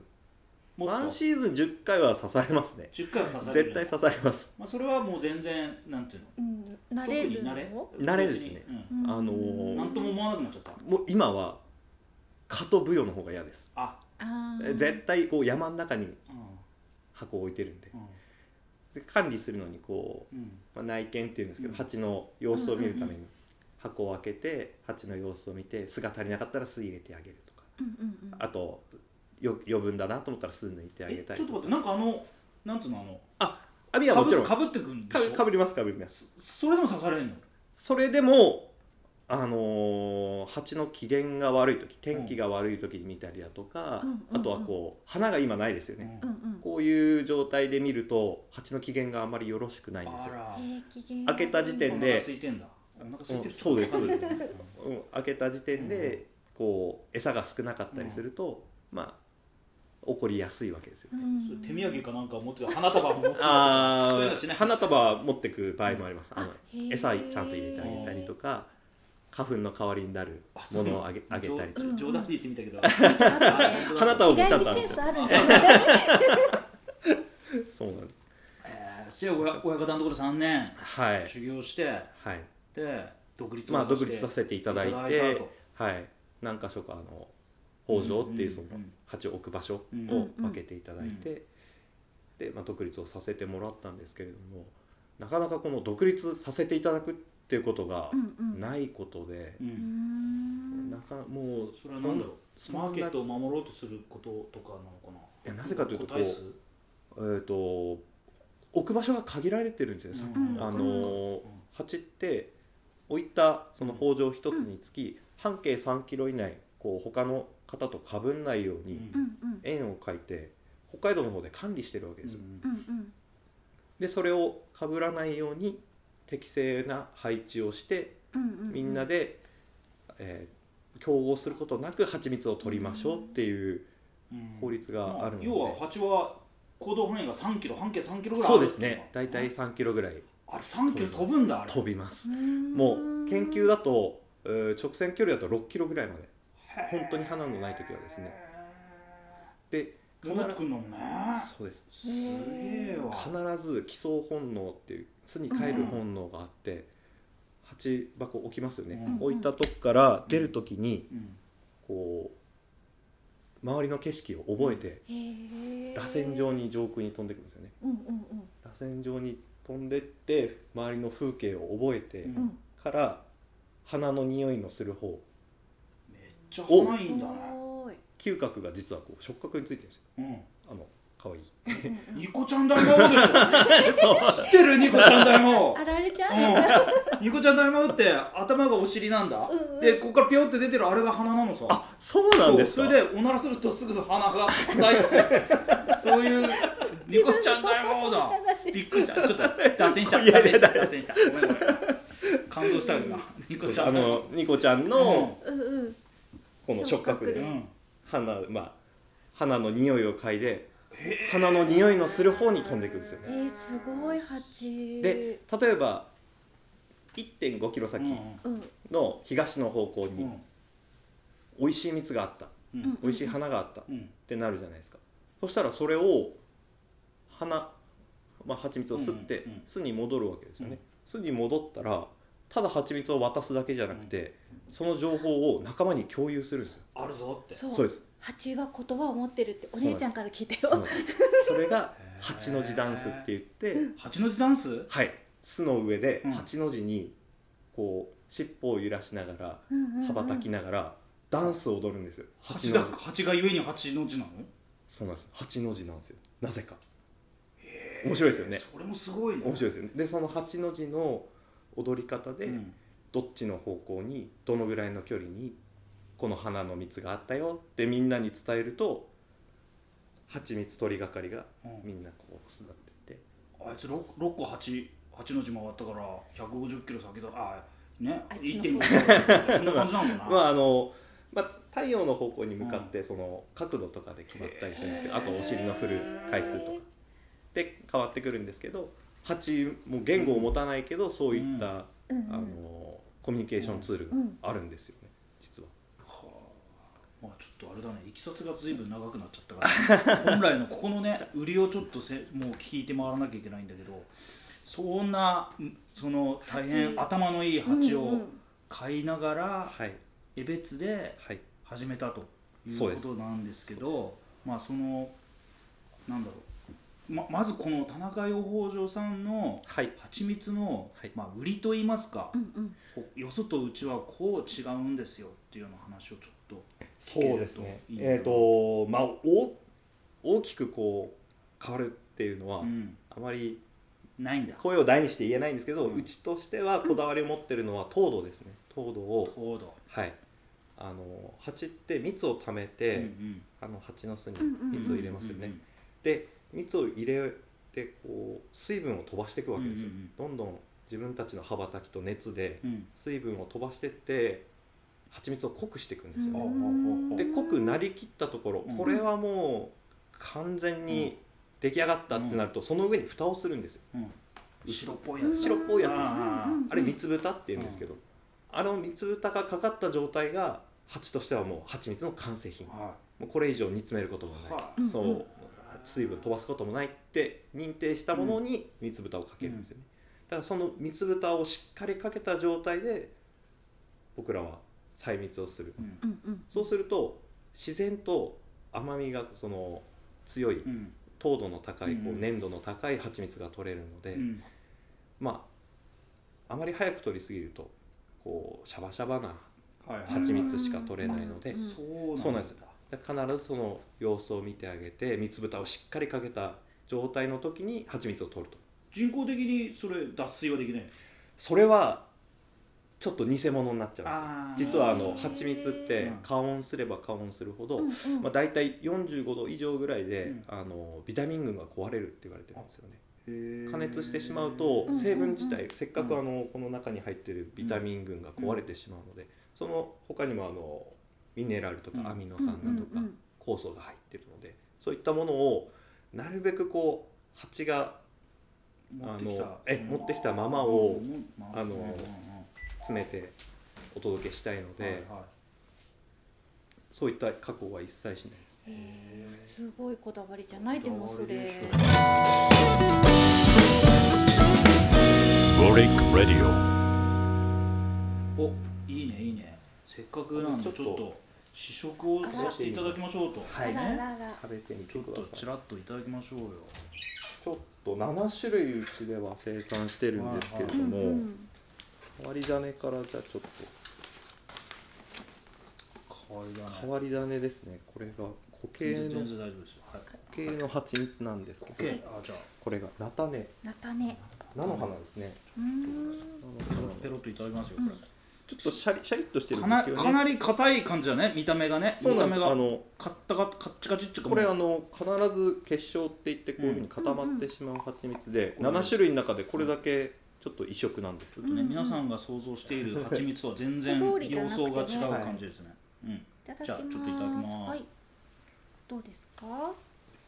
[SPEAKER 2] も
[SPEAKER 1] ワ
[SPEAKER 2] っと
[SPEAKER 1] ンシーズン10回は刺されますね
[SPEAKER 2] 10回は刺される
[SPEAKER 1] 絶対刺されます
[SPEAKER 2] まあ、それはもう全然なんていうの
[SPEAKER 3] うん、慣
[SPEAKER 2] 特
[SPEAKER 3] れ
[SPEAKER 2] に
[SPEAKER 3] るの
[SPEAKER 2] 慣れ
[SPEAKER 1] 慣れですね
[SPEAKER 2] 別に
[SPEAKER 3] う
[SPEAKER 2] うん
[SPEAKER 3] ん
[SPEAKER 1] あの
[SPEAKER 2] うん、なんとも思わなくなっちゃった
[SPEAKER 1] もう今は蚊とブヨの方が嫌です
[SPEAKER 2] あ
[SPEAKER 3] あー
[SPEAKER 1] 絶対こう山の中に
[SPEAKER 2] う
[SPEAKER 1] 箱を置いてるんで
[SPEAKER 2] んうん
[SPEAKER 1] で管理するのにこ
[SPEAKER 2] うん
[SPEAKER 1] う、まあ、内見っていうんですけど、
[SPEAKER 2] うん
[SPEAKER 1] 蜂の様子を見るために箱を開けて蜂の様子を見て巣が足りなかったら巣入れてあげるとか
[SPEAKER 3] うんうんうん
[SPEAKER 1] あとよ余分だなと思ったら巣抜いてあげ
[SPEAKER 2] え
[SPEAKER 1] たり
[SPEAKER 2] ちょっと待ってなんかあのなんつうのあの
[SPEAKER 1] あ網は
[SPEAKER 2] か
[SPEAKER 1] も
[SPEAKER 2] ぶ
[SPEAKER 1] ちろん
[SPEAKER 2] か
[SPEAKER 1] か
[SPEAKER 2] ぶってくんでし
[SPEAKER 1] ぶ
[SPEAKER 2] ょ
[SPEAKER 1] かぶりますかぶります
[SPEAKER 2] それでも刺されるの
[SPEAKER 1] それでもあのー蜂の機嫌が悪い時天気が悪い時に見たりだとか、
[SPEAKER 3] うんうんうん
[SPEAKER 1] あとはこう花が今ないですよね、
[SPEAKER 3] うんうん
[SPEAKER 1] こういう状態で見ると蜂の機嫌があまりよろしくないんです
[SPEAKER 2] あ
[SPEAKER 1] よ、
[SPEAKER 2] ら
[SPEAKER 3] えー機嫌
[SPEAKER 1] 開けた時
[SPEAKER 2] お
[SPEAKER 1] 点で
[SPEAKER 2] 腹空いてんだお腹空いて
[SPEAKER 1] う
[SPEAKER 2] る
[SPEAKER 1] んそうです
[SPEAKER 2] ん
[SPEAKER 1] うん、開けた時点でこう餌が少なかったりすると、まあ起こりやすいわけですよ
[SPEAKER 3] う
[SPEAKER 1] ね、
[SPEAKER 3] ん
[SPEAKER 2] それ手土産かなんか持ってた花束も持ってそういう
[SPEAKER 1] あ
[SPEAKER 2] のし
[SPEAKER 1] あ
[SPEAKER 2] ない
[SPEAKER 1] 花束持ってく場合もあります、あの
[SPEAKER 3] へー
[SPEAKER 1] 餌ちゃんと入れてあげたりとか花粉の代わりになるものをあげあげたりとか
[SPEAKER 3] うん
[SPEAKER 2] 冗談で言ってみた けど
[SPEAKER 1] 花束
[SPEAKER 3] 意
[SPEAKER 1] もち
[SPEAKER 3] 外
[SPEAKER 1] ゃん
[SPEAKER 3] に
[SPEAKER 1] と
[SPEAKER 3] セ
[SPEAKER 1] あるんで
[SPEAKER 3] ン
[SPEAKER 1] す
[SPEAKER 3] ス
[SPEAKER 1] よ
[SPEAKER 3] あるんじゃない
[SPEAKER 1] そうなんです
[SPEAKER 2] えーして親親方のところ3年
[SPEAKER 1] はい
[SPEAKER 2] 修行して
[SPEAKER 1] はい
[SPEAKER 2] で独立を
[SPEAKER 1] まあ
[SPEAKER 2] させて
[SPEAKER 1] 独立させていただい
[SPEAKER 2] いただいた
[SPEAKER 1] て
[SPEAKER 2] と
[SPEAKER 1] はい何か所かあの北条っていうその
[SPEAKER 2] うんうんうん
[SPEAKER 1] 鉢を置く場所を
[SPEAKER 2] うん
[SPEAKER 1] 分けていただいてでまあ独立をさせてもらったんですけれどもなかなかこの独立させていただくっていうことが
[SPEAKER 3] うんうん
[SPEAKER 1] ないことで
[SPEAKER 2] う
[SPEAKER 3] うんん
[SPEAKER 1] なかもう
[SPEAKER 2] それは何だろ
[SPEAKER 1] そ
[SPEAKER 2] うん
[SPEAKER 1] な
[SPEAKER 2] マーケットを守ろうとすることとかなのかない
[SPEAKER 1] やなぜかというと
[SPEAKER 2] 個体数
[SPEAKER 1] えー、と置く場所が限られてるんですよ、さ
[SPEAKER 2] うん
[SPEAKER 1] あのー
[SPEAKER 2] うん
[SPEAKER 1] 鉢って置いたその包丁一つにつき、半径3キロ以内こう他の方とかぶんないよう
[SPEAKER 2] う
[SPEAKER 1] に
[SPEAKER 2] ん
[SPEAKER 3] うんうん
[SPEAKER 1] 円を描いて北海道の方で管理してるわけですよ、
[SPEAKER 3] うんうん
[SPEAKER 1] でそれをかぶらないように適正な配置をして
[SPEAKER 3] うんうん
[SPEAKER 1] みんなで、えー競合することなく蜂蜜を取りましょうっていう
[SPEAKER 2] うん
[SPEAKER 1] 法律があるので、
[SPEAKER 2] ま要は蜂は行動範囲が3キロ半径3キロぐらいあ
[SPEAKER 1] そ
[SPEAKER 2] る
[SPEAKER 1] うですね大体3キロぐらい
[SPEAKER 2] あれ3キロ飛ぶんだあれ
[SPEAKER 1] 飛びます
[SPEAKER 3] うん
[SPEAKER 1] もう研究だと、えー直線距離だと6キロぐらいまで
[SPEAKER 2] へ
[SPEAKER 1] 本当に花のない時はですねで
[SPEAKER 2] ー
[SPEAKER 1] 必
[SPEAKER 2] 戻ってく
[SPEAKER 1] ず
[SPEAKER 2] んのもね
[SPEAKER 1] そうです
[SPEAKER 2] すげえわ
[SPEAKER 1] 必ず帰巣本能っていう巣に帰る本能があって、鉢箱置きますよね、
[SPEAKER 2] うん
[SPEAKER 1] 置いたとこから出る時に
[SPEAKER 2] うん
[SPEAKER 1] こう周りの景色を覚えて
[SPEAKER 3] へー
[SPEAKER 1] 螺旋状に上空に飛んでくるんですよね
[SPEAKER 3] うんうんうん
[SPEAKER 1] 螺旋状に飛んでって周りの風景を覚えて
[SPEAKER 2] うん
[SPEAKER 3] うん
[SPEAKER 1] から花の匂いのする方
[SPEAKER 2] めっちゃ花いんだね
[SPEAKER 3] おーい
[SPEAKER 1] 嗅覚が実はこう触覚についてるんですよ
[SPEAKER 2] うん
[SPEAKER 1] あの可愛い
[SPEAKER 3] うんうん
[SPEAKER 2] ニコちゃん大魔王でしょ知ってるニコちゃん大魔王
[SPEAKER 3] あられちゃう
[SPEAKER 2] うんニコちゃん大魔王って頭がお尻なんだ
[SPEAKER 3] うんうん
[SPEAKER 2] でここからピョンって出てるあれが鼻なのさ
[SPEAKER 1] あそうなんですか
[SPEAKER 2] そうそれでおならするとすぐ鼻が 咲いてそういうニコちゃん大魔王だびっくりしたちょっと 脱線した
[SPEAKER 1] いや
[SPEAKER 2] 脱
[SPEAKER 1] い
[SPEAKER 2] 線
[SPEAKER 1] や
[SPEAKER 2] した脱線したごめんごめん感動した今ニコちゃ
[SPEAKER 1] あ
[SPEAKER 2] ん大魔王
[SPEAKER 1] のニコちゃんの
[SPEAKER 3] うんうん
[SPEAKER 1] この触覚
[SPEAKER 2] う
[SPEAKER 1] で
[SPEAKER 2] ん
[SPEAKER 1] 花まあ花の匂いを嗅いで花の匂いのする方に飛んでいくんですよ
[SPEAKER 3] え
[SPEAKER 1] ね
[SPEAKER 3] ーすごい蜂
[SPEAKER 1] で例えば1 5キロ先
[SPEAKER 3] うん
[SPEAKER 1] の東の方向
[SPEAKER 2] うんう
[SPEAKER 1] に
[SPEAKER 2] ん
[SPEAKER 1] 美味しい蜜があった
[SPEAKER 2] うん
[SPEAKER 1] 美味しい花があったっ
[SPEAKER 2] うん
[SPEAKER 1] てなるじゃないですかそしたらそれを花まあ蜂蜜を吸っ
[SPEAKER 2] う
[SPEAKER 1] て
[SPEAKER 2] んうんうん
[SPEAKER 1] 巣に戻るわけですよね巣に戻ったらただ蜂蜜を渡すだけじゃなくてその情報を仲間に共有するんですよ
[SPEAKER 2] あるぞって
[SPEAKER 3] そう
[SPEAKER 1] そうです
[SPEAKER 3] 蜂は言葉を持ってるってお姉ちゃんから聞いた
[SPEAKER 1] そう
[SPEAKER 3] よ
[SPEAKER 1] それが八の字ダンスって言って、
[SPEAKER 2] 八の字ダンス
[SPEAKER 1] はい巣の上で
[SPEAKER 2] うん
[SPEAKER 1] 八の字にこう尻尾を揺らしながら
[SPEAKER 3] うんうんうん
[SPEAKER 1] 羽ばたきながらダンスを踊るんですよ
[SPEAKER 2] 八
[SPEAKER 1] の
[SPEAKER 2] だ八
[SPEAKER 1] 字
[SPEAKER 2] がゆえに八の字なの
[SPEAKER 1] そうなんです八の字なんですよなぜか面白いですよね
[SPEAKER 2] それもすごいね
[SPEAKER 1] 面白いですよ ねでその八の字の踊り方で、
[SPEAKER 2] うん
[SPEAKER 1] どっちの方向にどのぐらいの距離にこの花の蜜があったよってみんなに伝えると蜂蜜取りがかりが
[SPEAKER 2] うん
[SPEAKER 1] みんなこう巣立っていって
[SPEAKER 2] あいつ 6, 六個八八の字回ったから150キロ先だあね
[SPEAKER 3] あっちの方
[SPEAKER 2] 1.5そんな 感じなのかな、
[SPEAKER 1] まああの、まあ、太陽の方向に向かってその角度とかで決まったりしてるんですけどあとお尻の振る回数とかで変わってくるんですけど蜂も言語を持たないけどそういった、
[SPEAKER 3] うん
[SPEAKER 1] あのコミュニケーションツールがあるんですよね、実は。
[SPEAKER 2] まあ、ちょっとあれだねいきさつがずいぶん長くなっちゃったから本来のここのね売りをちょっとせもう聞いて回らなきゃいけないんだけどそんなんその大変
[SPEAKER 3] 蜂
[SPEAKER 2] 頭のいい蜂
[SPEAKER 3] うんう
[SPEAKER 2] を
[SPEAKER 3] ん
[SPEAKER 2] 買いながら
[SPEAKER 1] はい
[SPEAKER 2] 江別で
[SPEAKER 1] はい
[SPEAKER 2] 始めたという
[SPEAKER 1] そう
[SPEAKER 2] こ
[SPEAKER 1] です
[SPEAKER 2] となんですけ
[SPEAKER 1] そう
[SPEAKER 2] ど
[SPEAKER 1] です
[SPEAKER 2] まあそのなんだろうままずこの田中養蜂場さんの
[SPEAKER 1] はい
[SPEAKER 2] 蜂蜜の、
[SPEAKER 1] はい
[SPEAKER 2] まあ、売りといいますか、
[SPEAKER 3] うんうん
[SPEAKER 2] こうよそとうちはこう違うんですよっていうような話をちょっと聞けると
[SPEAKER 1] そうですね。
[SPEAKER 2] いいな
[SPEAKER 1] えっ、とまあ大大きくこう変わるっていうのは、
[SPEAKER 2] うん、
[SPEAKER 1] あまり
[SPEAKER 2] ないんだ
[SPEAKER 1] 声を大にして言えないんですけど、
[SPEAKER 2] う
[SPEAKER 1] うんちとしてはこだわりを持ってるのは糖度ですね。糖度を
[SPEAKER 2] 糖度
[SPEAKER 1] はいあの蜂って蜜を貯めて、あの蜂の巣に蜜を入れますよね。で蜜を入れてこう水分を飛ばしていくわけですよ。
[SPEAKER 2] うんうん
[SPEAKER 1] どんどん自分たちの羽ばたきと熱で
[SPEAKER 2] うんうん
[SPEAKER 1] 水分を飛ばしてって蜂蜜を濃くしていくんですよね。
[SPEAKER 3] うん
[SPEAKER 1] で濃くなりきったところ
[SPEAKER 2] うん
[SPEAKER 1] これはもう完全に出来上がったってなるとその上に蓋をするんですよ
[SPEAKER 2] うんうん、白っぽいやつ
[SPEAKER 1] 白っぽいやつです
[SPEAKER 2] あ
[SPEAKER 3] ね
[SPEAKER 2] ー
[SPEAKER 3] うんうん
[SPEAKER 1] あれ蜜蓋って言うんですけどあの蜜蓋がかかった状態が蜂としてはもう蜂蜜の完成品も
[SPEAKER 2] は
[SPEAKER 1] うこれ以上煮詰めることも
[SPEAKER 2] い
[SPEAKER 1] な
[SPEAKER 2] はい
[SPEAKER 3] うん
[SPEAKER 1] いそう水分飛ばすこともないって認定したものに蜜蓋をかけるんですよねだからその蜜蓋をしっかりかけた状態で僕らは採蜜をする
[SPEAKER 2] うん
[SPEAKER 3] うんうん
[SPEAKER 1] そうすると自然と甘みがその強い
[SPEAKER 2] うん
[SPEAKER 1] 糖度の高いこ
[SPEAKER 2] うん
[SPEAKER 1] う粘度の高い蜂蜜が取れるので、
[SPEAKER 2] うん
[SPEAKER 1] まああまり早く取りすぎるとこうシャバシャバな
[SPEAKER 2] はいはい
[SPEAKER 1] 蜂蜜しか取れないので、
[SPEAKER 3] うん
[SPEAKER 2] そ
[SPEAKER 1] そうう
[SPEAKER 2] な
[SPEAKER 1] なんん
[SPEAKER 2] で
[SPEAKER 1] ですすだから必ずその様子を見てあげて蜜蓋をしっかりかけた状態の時に蜂蜜を取ると
[SPEAKER 2] 人工的にそれ脱水はできない
[SPEAKER 1] それはちょっと偽物になっちゃ
[SPEAKER 2] あ
[SPEAKER 1] うん
[SPEAKER 2] ー
[SPEAKER 1] ですよ実はあ
[SPEAKER 3] へ
[SPEAKER 1] の
[SPEAKER 3] ー
[SPEAKER 1] 蜂蜜って加温すれば加温するほど、
[SPEAKER 3] うんうん
[SPEAKER 1] まあ、大体45度以上ぐらいで、
[SPEAKER 2] うん
[SPEAKER 1] あのビタミン群が壊れるって言われてるんですよね
[SPEAKER 2] へー
[SPEAKER 1] 加熱してしまうと
[SPEAKER 3] うん
[SPEAKER 1] 成分自
[SPEAKER 3] うん
[SPEAKER 1] 体せっかくあのこの中に入ってるビタミン群が壊れてしまうのでその他にもあのミネラルと
[SPEAKER 2] うん
[SPEAKER 1] かアミノ酸だと
[SPEAKER 3] うんう
[SPEAKER 1] か
[SPEAKER 3] んうん
[SPEAKER 1] 酵素が入ってるのでそういったものをなるべくこう蜂が
[SPEAKER 2] 持
[SPEAKER 1] あ
[SPEAKER 2] ってきた
[SPEAKER 1] のえ
[SPEAKER 2] そ
[SPEAKER 1] 持ってきたままを
[SPEAKER 2] うんま
[SPEAKER 1] あの
[SPEAKER 2] うんうんうん
[SPEAKER 1] 詰めてお届けしたいの
[SPEAKER 2] はい
[SPEAKER 1] で
[SPEAKER 2] は
[SPEAKER 1] そういった加工は一切しないですね。
[SPEAKER 3] へーすごいこだわりじゃないでもそ
[SPEAKER 2] こだわり
[SPEAKER 3] れ
[SPEAKER 2] でしょ
[SPEAKER 4] Gorik Radio.
[SPEAKER 2] おいいねいいねせっかくなんでち
[SPEAKER 1] ち
[SPEAKER 2] ょ
[SPEAKER 1] ょ
[SPEAKER 2] っ
[SPEAKER 1] っ
[SPEAKER 2] と
[SPEAKER 1] と
[SPEAKER 2] 試食をさせていただきましょうと
[SPEAKER 1] はい
[SPEAKER 3] あら
[SPEAKER 2] ね
[SPEAKER 3] らら
[SPEAKER 1] 食べてみ
[SPEAKER 2] ちょ
[SPEAKER 1] て
[SPEAKER 2] っ
[SPEAKER 1] くだ
[SPEAKER 2] と
[SPEAKER 1] さい
[SPEAKER 2] ちらっといただきましょうよ
[SPEAKER 1] ちょっと7種類うちでは生産してるんですけれど
[SPEAKER 3] うん
[SPEAKER 1] も、
[SPEAKER 3] うん
[SPEAKER 1] 変わり種からじゃあちょっと
[SPEAKER 2] かわいだ
[SPEAKER 1] 変わり種ですねこれが固形
[SPEAKER 2] 全
[SPEAKER 1] の
[SPEAKER 2] 然
[SPEAKER 1] 固
[SPEAKER 2] 大丈夫ですよはい
[SPEAKER 1] 形の蜂蜜なんですけど
[SPEAKER 2] OK あじゃあ
[SPEAKER 1] これが菜種
[SPEAKER 3] 菜種
[SPEAKER 1] 菜の花ですね
[SPEAKER 3] うーん
[SPEAKER 2] ペロッといただきますよこれ
[SPEAKER 1] ちょっとシャリシャリっとしてる
[SPEAKER 2] か
[SPEAKER 1] んで
[SPEAKER 2] な
[SPEAKER 1] すけど
[SPEAKER 2] か
[SPEAKER 1] ね
[SPEAKER 2] なり硬い感じだね見た目がね
[SPEAKER 1] そうなんで
[SPEAKER 2] 見
[SPEAKER 1] す
[SPEAKER 2] た
[SPEAKER 1] あ
[SPEAKER 2] 目が
[SPEAKER 1] の
[SPEAKER 2] カッタカカッチカチっていうか
[SPEAKER 1] これ
[SPEAKER 2] も
[SPEAKER 1] あ
[SPEAKER 2] う
[SPEAKER 1] の必ず結晶って言ってこういうふうに固まってしまう蜂蜜で
[SPEAKER 2] うんうん
[SPEAKER 1] 7種類の中でこれだけちょっと異色なんです
[SPEAKER 2] ちょっとね
[SPEAKER 3] うんうん
[SPEAKER 2] 皆さんが想像してい る蜂蜜とは全然
[SPEAKER 3] 小氷じゃ
[SPEAKER 2] 様
[SPEAKER 3] なくて
[SPEAKER 2] 相
[SPEAKER 3] ね
[SPEAKER 2] が違う感じですねうん
[SPEAKER 3] いただき
[SPEAKER 2] じゃ
[SPEAKER 3] ま
[SPEAKER 2] あ
[SPEAKER 3] す
[SPEAKER 2] ちょっといただきます
[SPEAKER 3] はいどうですか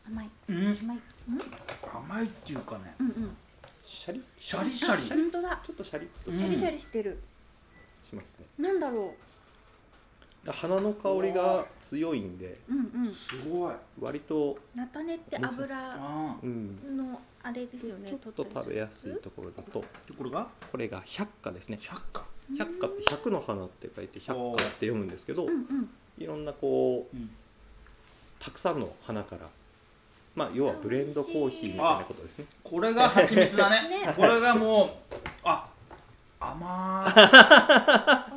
[SPEAKER 3] 甘い
[SPEAKER 2] うん
[SPEAKER 3] 甘い
[SPEAKER 2] 甘いっていうかね
[SPEAKER 3] うんうんうん
[SPEAKER 1] シャリ
[SPEAKER 2] シャリシャリ
[SPEAKER 3] あ本当だ
[SPEAKER 1] ちょっとシャリっと
[SPEAKER 3] シャリシャリしてる
[SPEAKER 1] しますね
[SPEAKER 3] なんだろ
[SPEAKER 1] 花の香りが強いんで
[SPEAKER 3] ううんうん
[SPEAKER 2] すごい
[SPEAKER 1] 割と
[SPEAKER 3] 菜種って油
[SPEAKER 2] ああ
[SPEAKER 1] うん
[SPEAKER 3] のあれですよね
[SPEAKER 1] ちょっと食べやすいところだと
[SPEAKER 2] でこれが
[SPEAKER 1] これが百花ですね
[SPEAKER 2] 100か
[SPEAKER 1] 百花って百の花って書いて百花って読むんですけど
[SPEAKER 3] うんうん
[SPEAKER 1] いろんなこう
[SPEAKER 2] うん
[SPEAKER 1] たくさんの花からまあ要はブレンドコーヒーみたいなことですね
[SPEAKER 2] これが蜂蜜だね
[SPEAKER 3] ね
[SPEAKER 2] これがもうあ甘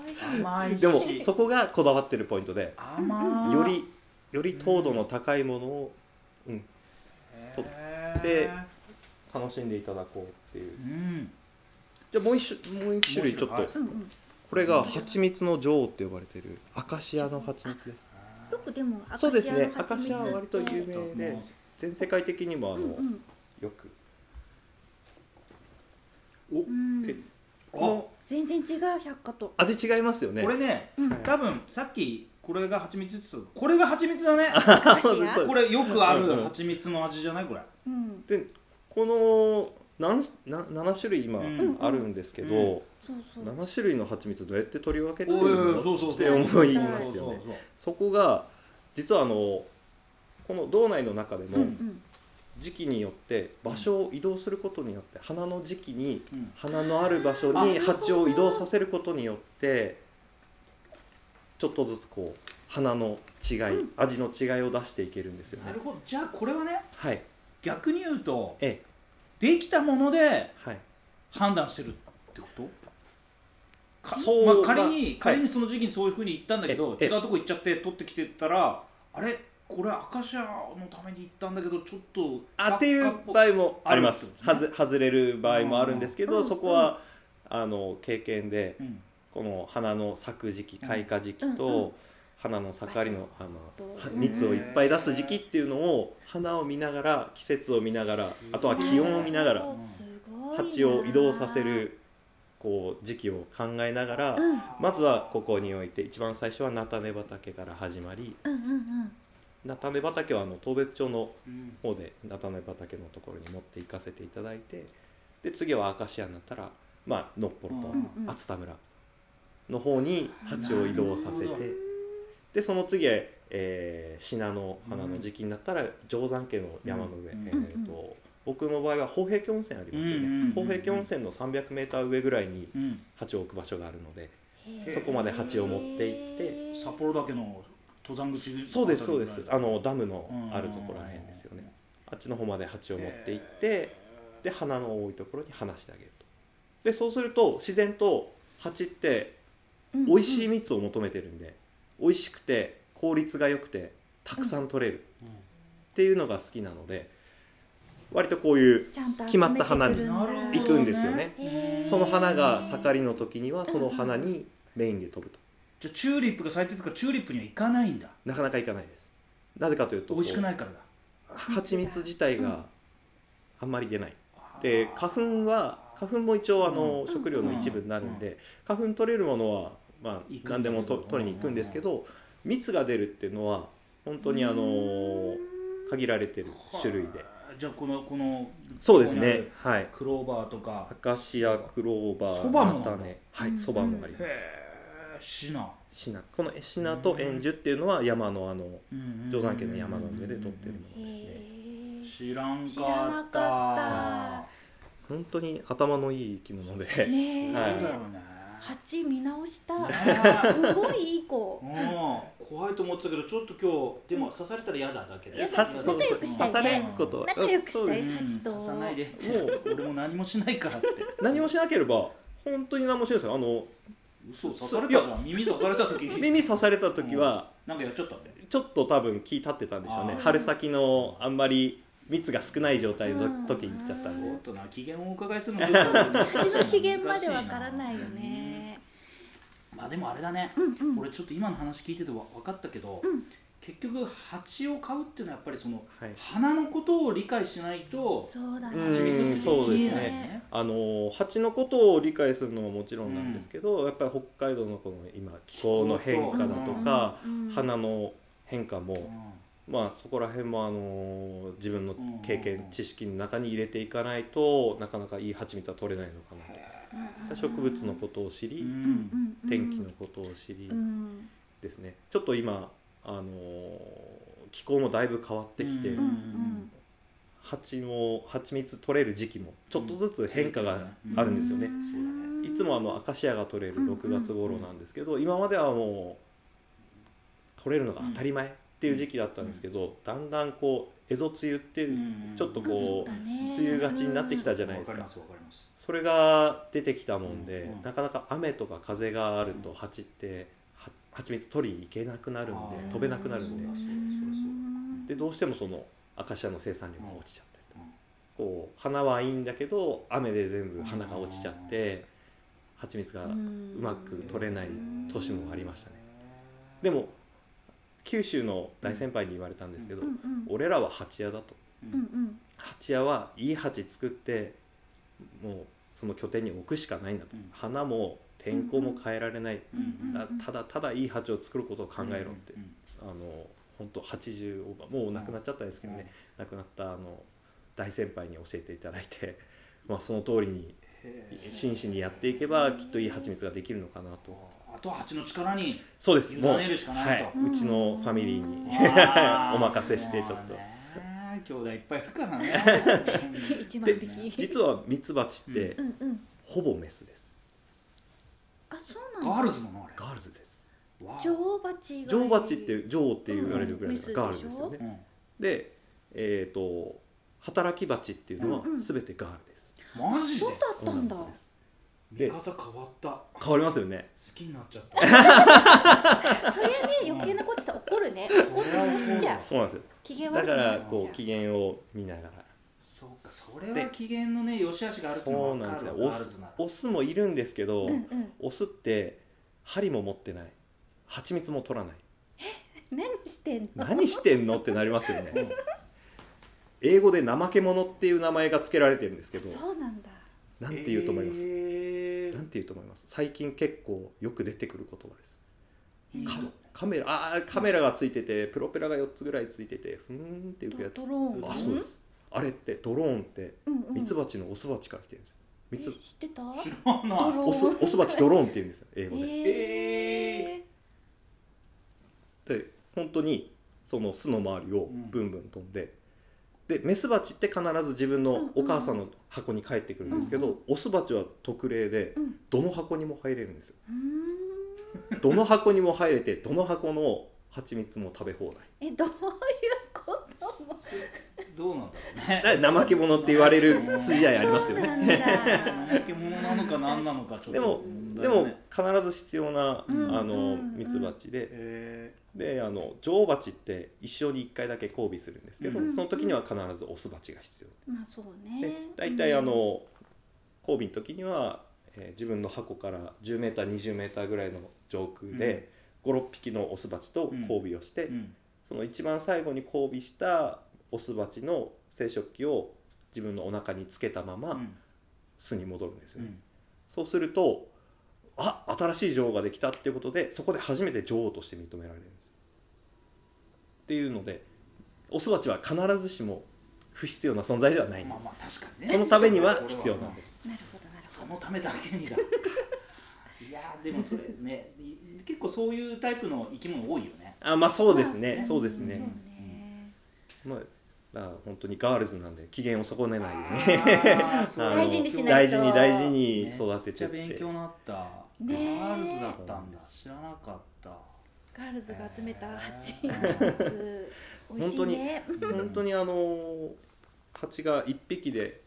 [SPEAKER 3] 美味し
[SPEAKER 2] い甘いし
[SPEAKER 1] でもそこがこだわってるポイントで
[SPEAKER 2] 甘い
[SPEAKER 1] よりより糖度の高いものを、うん、取って
[SPEAKER 2] へー
[SPEAKER 1] 楽しんでいただこうっていう
[SPEAKER 2] うん
[SPEAKER 1] じゃあもう一種もう一種類ちょっ
[SPEAKER 2] もう
[SPEAKER 1] と
[SPEAKER 2] 一
[SPEAKER 3] うんうん
[SPEAKER 1] これが蜂蜜の女王って呼ばれてるアカシアの蜂蜜です
[SPEAKER 3] よくでも
[SPEAKER 1] そうですね
[SPEAKER 3] アカシアの
[SPEAKER 1] アカシアは
[SPEAKER 3] 蜂
[SPEAKER 1] 割
[SPEAKER 3] 蜜
[SPEAKER 1] と
[SPEAKER 3] って
[SPEAKER 1] 有名で全世界的にもあ
[SPEAKER 3] うん
[SPEAKER 1] の
[SPEAKER 3] うん
[SPEAKER 1] よく
[SPEAKER 3] うん
[SPEAKER 1] で
[SPEAKER 2] あ
[SPEAKER 3] 全然違う百科と
[SPEAKER 1] 味違いますよね
[SPEAKER 2] これね、
[SPEAKER 3] うん
[SPEAKER 2] 多分さっきこれが蜂蜜って言ってたこれが蜂蜜だね
[SPEAKER 3] アカシ
[SPEAKER 1] そうです
[SPEAKER 3] ア
[SPEAKER 1] そう
[SPEAKER 2] これよくあ
[SPEAKER 1] うん
[SPEAKER 2] る
[SPEAKER 1] うん
[SPEAKER 2] 蜂蜜の味じゃないこれ
[SPEAKER 3] うん
[SPEAKER 1] でこ何な7種類今
[SPEAKER 2] うん
[SPEAKER 1] あるんですけど、
[SPEAKER 2] うん
[SPEAKER 3] そうそう
[SPEAKER 1] 7種類の蜂蜜どうやって取り分けてる
[SPEAKER 2] おいお
[SPEAKER 1] の
[SPEAKER 2] いそうそうそう
[SPEAKER 1] って思いま
[SPEAKER 2] そう
[SPEAKER 1] す
[SPEAKER 2] そう
[SPEAKER 1] よね
[SPEAKER 2] そう
[SPEAKER 1] そこが実はあのこの道内の中で
[SPEAKER 3] うんう
[SPEAKER 1] も
[SPEAKER 3] ん
[SPEAKER 1] 時期によって場所を移動することによって花の時期に
[SPEAKER 2] うん
[SPEAKER 1] 花のある場所に蜂を移動させることによってちょっとずつこう花の違い味の違いを出していけるんですよ
[SPEAKER 2] な
[SPEAKER 1] ね
[SPEAKER 2] るほどじゃあこれはね
[SPEAKER 1] はい
[SPEAKER 2] 逆に言うと
[SPEAKER 1] ええ
[SPEAKER 2] できたもので
[SPEAKER 1] はい
[SPEAKER 2] 判断してるってことか
[SPEAKER 1] そう
[SPEAKER 2] まあ、
[SPEAKER 1] まあ
[SPEAKER 2] 仮
[SPEAKER 1] は
[SPEAKER 2] に
[SPEAKER 1] い
[SPEAKER 2] 仮にその時期にそういうふうに行ったんだけど
[SPEAKER 1] え
[SPEAKER 2] 違
[SPEAKER 1] え
[SPEAKER 2] うとこ行っちゃって取ってきてたらあれこれアカシアのために行ったんだけどちょっと
[SPEAKER 1] あっていう
[SPEAKER 2] 作家ぽ
[SPEAKER 1] 場合もありま
[SPEAKER 2] あ
[SPEAKER 1] す
[SPEAKER 2] るってこと
[SPEAKER 1] はず外れる場合もあるんですけ
[SPEAKER 3] うん
[SPEAKER 1] ど
[SPEAKER 3] うん
[SPEAKER 1] そこはあの経験で
[SPEAKER 2] うん
[SPEAKER 1] この花の咲く時期開花時期
[SPEAKER 3] うんう
[SPEAKER 1] と花の盛りのあのは
[SPEAKER 3] うん
[SPEAKER 1] 蜜をいっぱい出す時期っていうのを花を見ながら季節を見ながらあとは気温を見ながら
[SPEAKER 3] そうすごいな
[SPEAKER 1] 蜂を移動させるこう時期を考えながら
[SPEAKER 3] うんうん
[SPEAKER 1] まずはここにおいて一番最初は菜種畑から始まり
[SPEAKER 3] うんうん
[SPEAKER 1] 菜種畑はあの当別町の
[SPEAKER 2] うん
[SPEAKER 1] 方で菜種畑のところに持って行かせていただいてで次はアカシアになったらまあのっぽろと
[SPEAKER 2] うん
[SPEAKER 3] うん
[SPEAKER 1] 熱田村の方に蜂を移動させ
[SPEAKER 2] なるほど
[SPEAKER 1] てでその次は、えー、信濃花の時期になったら定山家の山の上、
[SPEAKER 2] うん
[SPEAKER 1] えー、と僕の場合は宝平峡温泉ありますよ
[SPEAKER 2] うん
[SPEAKER 1] ね、
[SPEAKER 2] うんうんうん
[SPEAKER 1] 宝平峡温泉の 300m 上ぐらいに
[SPEAKER 2] うん
[SPEAKER 1] 蜂を置く場所があるので
[SPEAKER 3] へー
[SPEAKER 2] そこ
[SPEAKER 1] まで蜂を持って行って
[SPEAKER 3] へー
[SPEAKER 2] 札幌岳の登山口ぐらい
[SPEAKER 1] そうですそうですあのダム
[SPEAKER 2] うん
[SPEAKER 1] のあるところらへんですよねあっちの方まで鉢を持って行ってで花の多いところに離してあげるとでそうすると自然と鉢って
[SPEAKER 3] うんうん
[SPEAKER 1] 美味しい蜜を求めてるんで美味しくて効率が良くてたくさん取れるっていうのが好きなので割とこういう
[SPEAKER 3] ちゃんと
[SPEAKER 1] 決まった花に
[SPEAKER 3] 集めてく
[SPEAKER 2] な
[SPEAKER 3] る
[SPEAKER 2] るほ
[SPEAKER 3] んだ
[SPEAKER 2] ど
[SPEAKER 1] 行くんですよね
[SPEAKER 3] へー
[SPEAKER 1] その花が盛りの時にはその花にメインで飛ぶと
[SPEAKER 2] じゃあチューリップが咲いてるからチューリップには行かないんだ
[SPEAKER 1] なかなかいかないですなぜかという
[SPEAKER 2] 美
[SPEAKER 1] とこう
[SPEAKER 2] 味しくないからだ
[SPEAKER 1] 蜂蜜自体があんまり出ないで
[SPEAKER 2] あー
[SPEAKER 1] 花粉は花粉も一応あの、
[SPEAKER 2] うん
[SPEAKER 1] 食料の一部になるんで、花粉取れるものは、まあ
[SPEAKER 2] 行、く
[SPEAKER 1] 何でもと
[SPEAKER 2] うん
[SPEAKER 1] 取りに行くんですけど、蜜が出るっていうのは本当にあの限られてる種類で
[SPEAKER 2] じゃあこのこの
[SPEAKER 1] そうです
[SPEAKER 2] ここ
[SPEAKER 1] ね
[SPEAKER 2] にある
[SPEAKER 1] はい
[SPEAKER 2] クローバーとか
[SPEAKER 1] アカシアクローバー
[SPEAKER 2] そばもなんだ
[SPEAKER 1] 菜種はいそばもあります、
[SPEAKER 2] へーシナ
[SPEAKER 1] シナこのシナと円樹っていうのは山のあの定
[SPEAKER 2] 定
[SPEAKER 1] 山家の山の上で取ってるものですね
[SPEAKER 3] へー
[SPEAKER 2] 知らん
[SPEAKER 3] 知ら
[SPEAKER 2] か
[SPEAKER 3] な
[SPEAKER 2] った
[SPEAKER 3] か
[SPEAKER 1] 本当に頭のいい生き物で、
[SPEAKER 3] ねえ、
[SPEAKER 1] は
[SPEAKER 2] そうだ
[SPEAKER 1] い
[SPEAKER 2] よね
[SPEAKER 3] 蜂見直した
[SPEAKER 2] ね
[SPEAKER 3] すごいいい子
[SPEAKER 2] うん怖いと思ってたけどちょっと今日でも刺されたら嫌だだけ
[SPEAKER 3] いや
[SPEAKER 1] さ
[SPEAKER 3] 刺さ仲良くしたいね
[SPEAKER 1] 刺されることは
[SPEAKER 3] 仲良くしたい
[SPEAKER 1] そうです
[SPEAKER 2] うん
[SPEAKER 3] 蜂と
[SPEAKER 2] 刺さないでって
[SPEAKER 1] もう
[SPEAKER 2] 俺も何もしないからって
[SPEAKER 1] 何もしなければ本当に何もしないですよあの
[SPEAKER 2] 嘘刺
[SPEAKER 1] そ
[SPEAKER 2] されたじゃん耳刺された時
[SPEAKER 1] 耳刺された時は
[SPEAKER 2] なんかやっちゃったね
[SPEAKER 1] ちょっと多分木立ってたんでしょうね
[SPEAKER 2] あー
[SPEAKER 1] 春先のあんまり蜜が少ない状態
[SPEAKER 3] う
[SPEAKER 1] の
[SPEAKER 3] ん
[SPEAKER 1] 時に行っちゃったん
[SPEAKER 2] ちょっ
[SPEAKER 1] で
[SPEAKER 2] とな機嫌をお伺いする のちょっと難しいな
[SPEAKER 3] 蜂の機嫌までわからないよね
[SPEAKER 2] まあでもあれだね、
[SPEAKER 3] うんうん
[SPEAKER 2] 俺ちょっと今の話聞いててわ分かったけど、
[SPEAKER 3] うん
[SPEAKER 2] 結局蜂を買うっていうのはやっぱりその、
[SPEAKER 1] はい
[SPEAKER 2] 花のことを理解しないと
[SPEAKER 3] そうだ
[SPEAKER 1] うん
[SPEAKER 2] 蜂
[SPEAKER 3] ね
[SPEAKER 2] 蜜って
[SPEAKER 1] そうですね
[SPEAKER 2] ないよね
[SPEAKER 1] あのー蜂のことを理解するのはもちろんなんですけど、やっぱり北海道のこの今気候の変化だとか、
[SPEAKER 3] うんうん
[SPEAKER 1] 花の変化も、
[SPEAKER 2] うん
[SPEAKER 1] まあそこら辺もあのー自分の経験、
[SPEAKER 2] うん
[SPEAKER 1] 知識の中に入れていかないとなかなかいい蜂蜜は取れないのかなと植物のことを知り、
[SPEAKER 2] うん
[SPEAKER 3] うんうん
[SPEAKER 1] 天気のことを知り、
[SPEAKER 3] うん
[SPEAKER 1] ですねちょっと今、あのー気候もだいぶ変わってきて、
[SPEAKER 2] う
[SPEAKER 3] うんうんん
[SPEAKER 1] 蜂の蜂蜜取れる時期もちょっとずつ変化があるんですよね、
[SPEAKER 3] う
[SPEAKER 2] そうだね
[SPEAKER 1] いつもあのアカシアが取れる
[SPEAKER 3] うん
[SPEAKER 1] 6月頃なんですけど、今まではもう取れるのが当たり前っていう時期だったんですけど、だんだんこう蝦夷梅雨って
[SPEAKER 2] うん
[SPEAKER 1] ちょっとこう、
[SPEAKER 3] 梅
[SPEAKER 1] 梅雨がちになってきたじゃ
[SPEAKER 2] わ
[SPEAKER 1] ないで
[SPEAKER 2] か
[SPEAKER 1] すか
[SPEAKER 2] りますわかります
[SPEAKER 1] それが出てきたもんで、
[SPEAKER 2] うん
[SPEAKER 1] なかなか雨とか風があると蜂っては蜂蜜取りに行けなくなるんで
[SPEAKER 2] あー
[SPEAKER 1] 飛べなくなるんで
[SPEAKER 2] そうだそうだそれそう
[SPEAKER 1] でどうしてもそのアカシアの生産量が落ちちゃったりと
[SPEAKER 2] だ
[SPEAKER 1] か、こう花はいいんだけど雨で全部花が落ちちゃって蜂蜜がうまく取れない年もありましたねでも九州の大先輩に言われたんですけど、
[SPEAKER 3] うんうん
[SPEAKER 1] 俺らは蜂屋だと
[SPEAKER 2] うん
[SPEAKER 3] うんうん
[SPEAKER 1] 蜂屋はいい蜂作ってもうその拠点に置くしかないんだ
[SPEAKER 2] う
[SPEAKER 1] と、
[SPEAKER 2] ん
[SPEAKER 1] 花も天候も変えられない、
[SPEAKER 2] うんうん
[SPEAKER 1] だただただいい蜂を作ることを考えろって、
[SPEAKER 2] うん
[SPEAKER 1] あの本当80オーバーもう亡くなっちゃったんですけどね、亡くなったあの大先輩に教えていただいて まあ、その通りに真摯にやっていけばきっといい蜂蜜ができるのかなと
[SPEAKER 2] あとは蜂の力に
[SPEAKER 1] そうですも
[SPEAKER 2] 委
[SPEAKER 1] う、は
[SPEAKER 2] ね
[SPEAKER 1] い、
[SPEAKER 2] るしかないと
[SPEAKER 1] うちのファミリー に
[SPEAKER 2] あー
[SPEAKER 1] お任せしてちょっ
[SPEAKER 2] もう
[SPEAKER 1] と
[SPEAKER 2] ね兄弟いっぱいいるから ね
[SPEAKER 3] 一万
[SPEAKER 1] で
[SPEAKER 3] 匹。
[SPEAKER 1] 実はミツバチって
[SPEAKER 3] うんうん。
[SPEAKER 1] ほぼメスです
[SPEAKER 3] あ、そう
[SPEAKER 2] ガ
[SPEAKER 3] な
[SPEAKER 2] ー
[SPEAKER 3] んだ。
[SPEAKER 2] ルズなのあ
[SPEAKER 1] ガールズです
[SPEAKER 2] れわあ
[SPEAKER 3] 女王蜂が。
[SPEAKER 1] 女王バチって女王って言われるぐらいだ
[SPEAKER 3] うん
[SPEAKER 1] からガールですよ
[SPEAKER 2] う
[SPEAKER 1] ね
[SPEAKER 2] ん
[SPEAKER 1] でえっ、と働きバチっていうのは
[SPEAKER 3] うんうん
[SPEAKER 1] 全てガールです、
[SPEAKER 2] マジで
[SPEAKER 3] そうだったんだ。
[SPEAKER 1] 女の子です
[SPEAKER 2] 見方変わった好
[SPEAKER 1] 変わりますよね
[SPEAKER 2] きになっちゃった
[SPEAKER 3] それね、余計なことしたら怒るね。怒って刺しちゃう。
[SPEAKER 1] そうなんですよ
[SPEAKER 3] 機嫌悪
[SPEAKER 1] だ
[SPEAKER 3] くな
[SPEAKER 1] から
[SPEAKER 3] っ
[SPEAKER 1] こう
[SPEAKER 3] ちゃ
[SPEAKER 1] 機嫌を見なが
[SPEAKER 2] そうかそれ
[SPEAKER 1] で
[SPEAKER 2] は機嫌のね良し悪しがあ
[SPEAKER 1] ら
[SPEAKER 2] るって
[SPEAKER 1] そ
[SPEAKER 2] の
[SPEAKER 1] うなん
[SPEAKER 2] が分か
[SPEAKER 1] ですよ
[SPEAKER 2] るわ
[SPEAKER 1] オ
[SPEAKER 2] ガールズ
[SPEAKER 1] ス
[SPEAKER 2] なら
[SPEAKER 1] オスもいるんですけ
[SPEAKER 3] う。
[SPEAKER 1] ど、
[SPEAKER 3] うんうん。
[SPEAKER 1] オスって針も持ってない蜂蜜も取らない
[SPEAKER 3] 何してんの。
[SPEAKER 1] 何してんのってなりますよね英語で「怠け者」っていう名前が付けられてるんですけど
[SPEAKER 3] そうなんだ。
[SPEAKER 1] なんて言うと思います、
[SPEAKER 2] えー
[SPEAKER 1] なんて言うと思います最近結構よく出てくる言葉です
[SPEAKER 2] いい
[SPEAKER 1] カ
[SPEAKER 2] と
[SPEAKER 1] カメラあーカメラがついててプロペラが4つぐらいついててふーんって浮くやつ
[SPEAKER 3] ドドローン
[SPEAKER 1] あそうですあれってドローンって
[SPEAKER 3] うんうん。
[SPEAKER 1] ミツバチのオスバチから来てるんですよミツ
[SPEAKER 3] え知ってた。
[SPEAKER 2] 知らない
[SPEAKER 1] オスオスバチドローンって言うんですよ英語で、
[SPEAKER 3] ええ。
[SPEAKER 1] で本当にその巣の周りをブンブン飛んで、でメスバチって必ず自分のお母さんの箱に帰ってくるんですけど、
[SPEAKER 3] うん
[SPEAKER 1] オスバチは特例で
[SPEAKER 3] うん
[SPEAKER 1] どの箱にも入れるんですよ
[SPEAKER 3] うーん。
[SPEAKER 1] どの箱にも入れてどの箱の蜂蜜も食べ放題
[SPEAKER 3] え、どういうことも。
[SPEAKER 2] どうなんだろうね
[SPEAKER 1] だから怠け者って言われる筋合いありますよね
[SPEAKER 3] そうなんだ
[SPEAKER 2] 怠け者なのか何なのかちょっと
[SPEAKER 1] でも
[SPEAKER 2] 問題
[SPEAKER 1] で
[SPEAKER 2] ね
[SPEAKER 1] も必ず必要な、
[SPEAKER 3] うん
[SPEAKER 1] あ
[SPEAKER 3] うんう
[SPEAKER 1] の
[SPEAKER 3] ん
[SPEAKER 1] ミツバチで、
[SPEAKER 2] え
[SPEAKER 1] であの女王バチって一生に1回だけ交尾するんですけど、
[SPEAKER 2] うん
[SPEAKER 1] その時には必ずオスバチが必
[SPEAKER 3] まあ、そう
[SPEAKER 1] 要、で
[SPEAKER 3] ね。
[SPEAKER 1] 大体あ。の交尾の時には、えー自分の箱から1 0ー2 0ーぐらいの上空で、56匹のオスバチと交尾をして、
[SPEAKER 2] ーうん
[SPEAKER 1] その一番最後に交尾したオスバチの生殖器を自分のお腹につけたま
[SPEAKER 2] う
[SPEAKER 1] ま
[SPEAKER 2] ん
[SPEAKER 1] 巣に戻るんです
[SPEAKER 2] う
[SPEAKER 1] よね。
[SPEAKER 2] ん
[SPEAKER 1] そうするとあ新しい女王ができたっていうことでそこで初めて女王として認められるんです。っていうのでオスバチは必ずしも不必要な存在ではないん
[SPEAKER 2] ま
[SPEAKER 1] で
[SPEAKER 2] あ
[SPEAKER 1] す。
[SPEAKER 2] まあ確かにね
[SPEAKER 1] そのためには必要なん
[SPEAKER 2] す
[SPEAKER 1] です。
[SPEAKER 3] なるほど、なる
[SPEAKER 2] そ
[SPEAKER 3] ほ
[SPEAKER 2] のためだけにだ いやーでもそれねい結構そういうタイプの生き物多いよね
[SPEAKER 1] あまあそうです
[SPEAKER 3] ま
[SPEAKER 1] ね
[SPEAKER 3] あ
[SPEAKER 1] そうです
[SPEAKER 3] ど。そう
[SPEAKER 1] ね。
[SPEAKER 3] ね。
[SPEAKER 1] まあまあ本当にガールズなんで機嫌を損ねないようにね。
[SPEAKER 2] あーそう
[SPEAKER 1] あの
[SPEAKER 3] 大事にしない
[SPEAKER 1] 大
[SPEAKER 3] と
[SPEAKER 1] 事に大事に育
[SPEAKER 2] めっ
[SPEAKER 1] ててっ
[SPEAKER 2] ちゃ勉
[SPEAKER 1] て
[SPEAKER 2] 強。になった
[SPEAKER 3] ねえ
[SPEAKER 2] ガールズだったんだ知らなかった
[SPEAKER 3] ガールズが集めた蜂
[SPEAKER 2] え
[SPEAKER 3] 蜜。美味しいね。
[SPEAKER 1] 本当にあの蜂が1匹で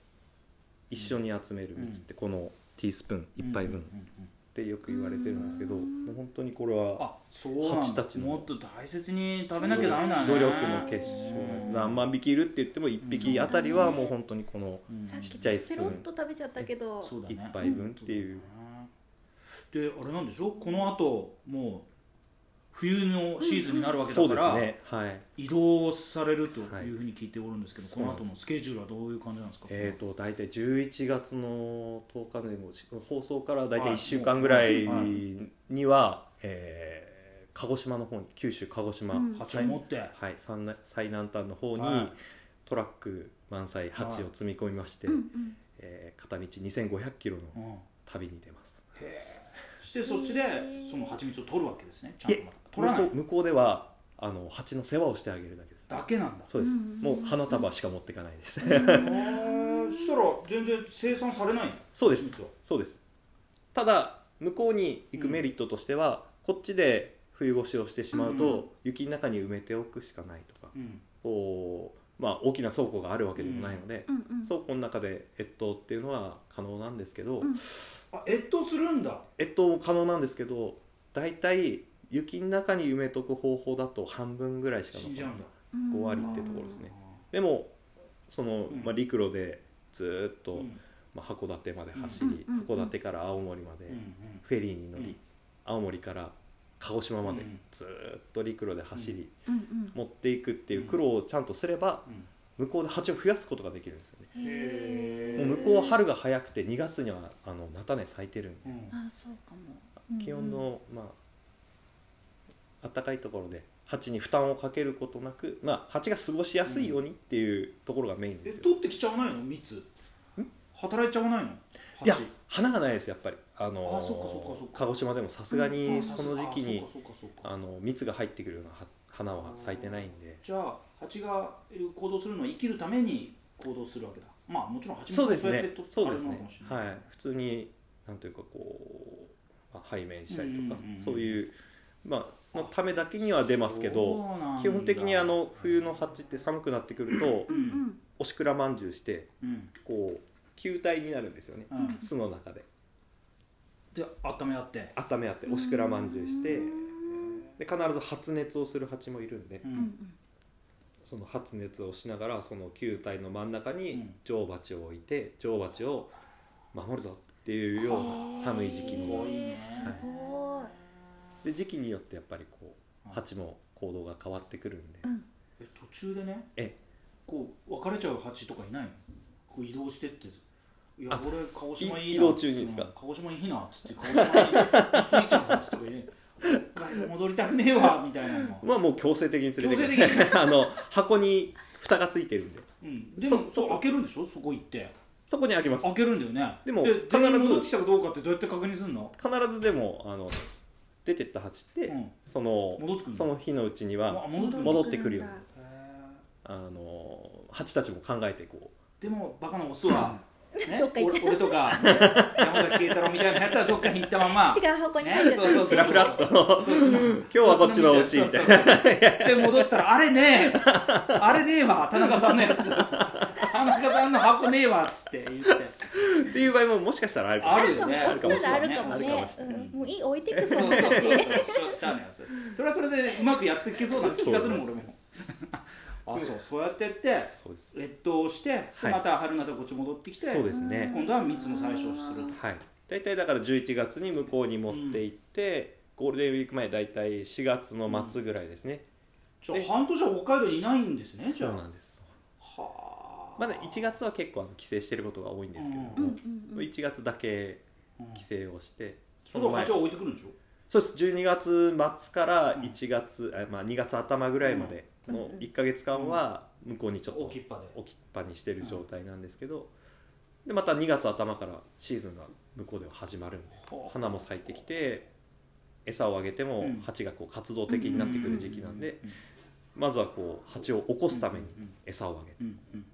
[SPEAKER 1] 一緒に集める蜜ってこのティースプーン1杯分
[SPEAKER 2] う
[SPEAKER 1] っ
[SPEAKER 2] んうん
[SPEAKER 1] てよく言われてるんですけど
[SPEAKER 3] うん
[SPEAKER 1] もう本当にこれは
[SPEAKER 2] あそうなん
[SPEAKER 1] 蜂た
[SPEAKER 2] だ
[SPEAKER 1] ちの
[SPEAKER 2] もっと大切に食べなきゃダメだね
[SPEAKER 1] 努力の結晶なんです
[SPEAKER 2] うん
[SPEAKER 1] 何万匹いるって言っても1匹あたりはもう本当にこの
[SPEAKER 2] うん
[SPEAKER 3] さっき
[SPEAKER 1] ちっちゃいスプ
[SPEAKER 3] ペ
[SPEAKER 1] ーン
[SPEAKER 3] ロッと食べちゃったけど。
[SPEAKER 2] そうだね
[SPEAKER 1] 一杯分っていう
[SPEAKER 2] であれなんでしょこの後もう冬のシーズンになるわけ
[SPEAKER 1] そ
[SPEAKER 2] だ
[SPEAKER 1] うで
[SPEAKER 2] か
[SPEAKER 1] す
[SPEAKER 2] ら、
[SPEAKER 1] ねはい
[SPEAKER 2] 移動されると
[SPEAKER 1] はい
[SPEAKER 2] いうふうに聞いておるんですけど、
[SPEAKER 1] そうなん
[SPEAKER 2] この
[SPEAKER 1] です
[SPEAKER 2] 後のスケジュールはどういう感じなんですか、
[SPEAKER 1] えーと大体11月の10日前後放送から大体1週間ぐらいにはえー鹿児島の方に九州鹿児島
[SPEAKER 3] うん
[SPEAKER 2] 蜂を持って、
[SPEAKER 1] はい、最南最南端の方に、
[SPEAKER 2] はい
[SPEAKER 1] トラック満載鉢を積み込みまして、
[SPEAKER 3] うんうん。
[SPEAKER 1] えー片道2500キロの
[SPEAKER 2] うんへ
[SPEAKER 1] 旅に出ます
[SPEAKER 2] えそしてそっちで
[SPEAKER 3] へえ
[SPEAKER 2] その蜂蜜を取るわけですねちゃんと
[SPEAKER 1] で
[SPEAKER 2] また取ら
[SPEAKER 1] 向
[SPEAKER 2] ない
[SPEAKER 1] こ
[SPEAKER 2] う
[SPEAKER 1] 向こうではあの蜂の世話をしてあげるだけです
[SPEAKER 2] だけなんだ
[SPEAKER 1] そうです、
[SPEAKER 3] うん
[SPEAKER 1] もう花束しか持っていかないです
[SPEAKER 2] へえそしたら全然生産されないの
[SPEAKER 1] そうです
[SPEAKER 2] 蜂蜜は
[SPEAKER 1] そうですただ向こうに行くメリットとしては、こっちで冬越しをしてしまうと、
[SPEAKER 2] うん
[SPEAKER 1] 雪の中に埋めておくしかないとか、
[SPEAKER 2] うん
[SPEAKER 1] こうまあ、大きな倉庫があるわけでもないので、
[SPEAKER 3] うんうん。
[SPEAKER 1] 倉庫の中で越冬っていうのは可能なんですけど、
[SPEAKER 3] うん
[SPEAKER 2] あ越冬するんだ
[SPEAKER 1] 越冬も可能なんですけど大体雪の中に埋めとく方法だと半分ぐらいしか
[SPEAKER 2] 死
[SPEAKER 1] 残
[SPEAKER 2] んじゃ
[SPEAKER 1] ら
[SPEAKER 2] う
[SPEAKER 1] なんい
[SPEAKER 2] だ
[SPEAKER 1] 5割
[SPEAKER 3] うん
[SPEAKER 1] ってところですね
[SPEAKER 2] あ
[SPEAKER 1] でもその、
[SPEAKER 2] うん
[SPEAKER 1] まあ、陸路でずーっ
[SPEAKER 2] ー
[SPEAKER 1] と、
[SPEAKER 2] うん
[SPEAKER 1] まあ、函館まで走り、
[SPEAKER 3] うんうんうん
[SPEAKER 1] 函館から青森まで、
[SPEAKER 2] うんうん
[SPEAKER 1] フェリーに乗り、
[SPEAKER 2] うん
[SPEAKER 1] 青森から鹿児島まで、
[SPEAKER 2] うん
[SPEAKER 1] ずーっと陸路で走り、
[SPEAKER 3] うんうん。
[SPEAKER 1] 持っていくっていう苦労をちゃんとすれば
[SPEAKER 2] うん
[SPEAKER 1] 向こうで蜂を増やすことができるんですよね
[SPEAKER 2] へ
[SPEAKER 1] もう
[SPEAKER 2] ー
[SPEAKER 1] 向こうは春が早くて2月にはあの菜種咲いてるん
[SPEAKER 2] う
[SPEAKER 1] で
[SPEAKER 2] ん
[SPEAKER 3] あそうかも
[SPEAKER 1] 気温
[SPEAKER 3] うんうん
[SPEAKER 1] の、まあ暖かいところで蜂に負担をかけることなく、まあ、蜂が過ごしやすいようにっていうところがメインで
[SPEAKER 2] え
[SPEAKER 1] すよ、
[SPEAKER 2] 取ってきちゃわないの蜜働いちゃわないの
[SPEAKER 1] いや
[SPEAKER 2] 蜂
[SPEAKER 1] 花がないですやっぱりあの
[SPEAKER 2] あそっかそっかそっか
[SPEAKER 1] 鹿児島でもさすがに
[SPEAKER 2] あ
[SPEAKER 1] その時期に
[SPEAKER 2] そうかそうかそうか
[SPEAKER 1] あの蜜が入ってくるようなは花は咲いてないんで
[SPEAKER 2] じゃあ蜂が行動するのは生きるために行動するわけだまあもちろん蜂
[SPEAKER 1] そう
[SPEAKER 2] も
[SPEAKER 1] です
[SPEAKER 2] やって
[SPEAKER 1] ね
[SPEAKER 2] と
[SPEAKER 1] そうです
[SPEAKER 2] あれなのか
[SPEAKER 1] ね
[SPEAKER 2] もしれない
[SPEAKER 1] はい普通になんというかこう、まあ、背面したりとか
[SPEAKER 2] うんうんうん
[SPEAKER 1] そういうまあのためだけには出ますけど
[SPEAKER 2] そうなんだ
[SPEAKER 1] 基本的にあの冬の蜂って寒くなってくると
[SPEAKER 2] う
[SPEAKER 3] うんん
[SPEAKER 1] おしくらまんじゅうして
[SPEAKER 2] うん
[SPEAKER 1] こう球体になるんですよね
[SPEAKER 2] うん
[SPEAKER 1] 巣の中で
[SPEAKER 2] で温め合って
[SPEAKER 1] 温め合っておしくらまんじゅうして
[SPEAKER 3] うん
[SPEAKER 1] で必ず発熱をする蜂もいるんで
[SPEAKER 2] う
[SPEAKER 3] うんん
[SPEAKER 1] その発熱をしながらその球体の真ん中
[SPEAKER 2] う
[SPEAKER 1] に
[SPEAKER 2] ん
[SPEAKER 1] 女王蜂を置いて女王蜂を守るぞっていうような寒い時期
[SPEAKER 2] も
[SPEAKER 1] の
[SPEAKER 3] へーすごい
[SPEAKER 1] で時期によってやっぱりこ
[SPEAKER 2] う
[SPEAKER 1] うん蜂も行動が変わってくるんで、
[SPEAKER 3] うん
[SPEAKER 2] え途中でね
[SPEAKER 1] え
[SPEAKER 2] こう別れちゃう蜂とかいないのこう移動してっていや
[SPEAKER 1] あ
[SPEAKER 2] 俺鹿児島いいない
[SPEAKER 1] 移動中にですか
[SPEAKER 2] うん鹿児島いいなっつって鹿児島についちゃう蜂とかいない一回も戻りたくねえわ みたいなのも
[SPEAKER 1] まあもう強制的に連れてく
[SPEAKER 2] 強制
[SPEAKER 1] る あの箱に蓋がついてるんで
[SPEAKER 2] うんでも
[SPEAKER 1] そ
[SPEAKER 2] そう
[SPEAKER 1] そ
[SPEAKER 2] 開けるんでしょそこ行って
[SPEAKER 1] そこに開けます
[SPEAKER 2] 開けるんだよね
[SPEAKER 1] でも必
[SPEAKER 2] 全員
[SPEAKER 1] ず
[SPEAKER 2] 戻ってきたかどうかってどうやって確認するの
[SPEAKER 1] 必ずでもあの出てった蜂って、
[SPEAKER 2] うん
[SPEAKER 1] その
[SPEAKER 2] 戻ってくるの
[SPEAKER 1] その日のうちには
[SPEAKER 2] あ戻ってくる
[SPEAKER 1] 戻ってくるように
[SPEAKER 3] 戻って
[SPEAKER 2] へー
[SPEAKER 1] あの蜂たちも考えてこ
[SPEAKER 2] でもバカなオスは、ね、
[SPEAKER 3] どっか行っちゃう
[SPEAKER 2] 俺俺とか、ね、山崎慶太郎みたいなやつはどっかに行ったま ま
[SPEAKER 3] くるんだ違う方向に
[SPEAKER 2] ね
[SPEAKER 3] 入っちゃ
[SPEAKER 2] そうそう
[SPEAKER 3] っ
[SPEAKER 1] うフラフラっと今日はこっちのお家みたいな
[SPEAKER 2] なで戻ったらあれねえあれねえわ田中さんのやつ田中さんの箱ねえわっつって言って
[SPEAKER 1] っていう場合ももしかしたらあるかも
[SPEAKER 2] あ
[SPEAKER 3] た
[SPEAKER 2] るよね
[SPEAKER 3] なんかもうしたらあるかも
[SPEAKER 1] あるか
[SPEAKER 3] ね
[SPEAKER 1] もしれない
[SPEAKER 3] うんもういい置いてくそ
[SPEAKER 2] そう
[SPEAKER 3] の
[SPEAKER 2] そうそうそう
[SPEAKER 3] 感じ
[SPEAKER 2] しょしゃあないやつそれはそれでうまくやっていけそうな気がするもん俺
[SPEAKER 1] そうなん
[SPEAKER 2] も あそうそうやってって
[SPEAKER 1] そうです
[SPEAKER 2] 越冬して、で
[SPEAKER 1] はい
[SPEAKER 2] また春になったらこっち戻ってきて
[SPEAKER 1] そうですね
[SPEAKER 2] 今度は蜜の採取をすると
[SPEAKER 1] はい、大体だから11月に向こうに持って行って、ゴールデンウィーク前大体4月の末ぐらいですね、
[SPEAKER 2] じゃあ半年は北海道にいないんですねじ
[SPEAKER 1] そ
[SPEAKER 2] ゃあ
[SPEAKER 1] うなんです
[SPEAKER 2] はあ
[SPEAKER 1] まだ1月は結構あの帰省してることが多いんですけども、
[SPEAKER 2] うん
[SPEAKER 3] うんうん
[SPEAKER 1] 1月だけ帰省をして、
[SPEAKER 2] その
[SPEAKER 1] 前
[SPEAKER 2] 蜂は置いてくるんでしょ
[SPEAKER 1] そうです12月末から1月、あまあ、2月頭ぐらいまでの1か月間は向こうにちょっと
[SPEAKER 2] 置きっぱで
[SPEAKER 1] 置きっぱにしてる状態なんですけど、でまた2月頭からシーズンが向こうでは始まるんで
[SPEAKER 2] はあ
[SPEAKER 1] 花も咲いてきて餌をあげても
[SPEAKER 2] うん
[SPEAKER 1] 蜂がこう活動的になってくる時期なんでまずはこう蜂を起こすために
[SPEAKER 2] うん
[SPEAKER 1] 餌をあげて
[SPEAKER 2] うんうんうん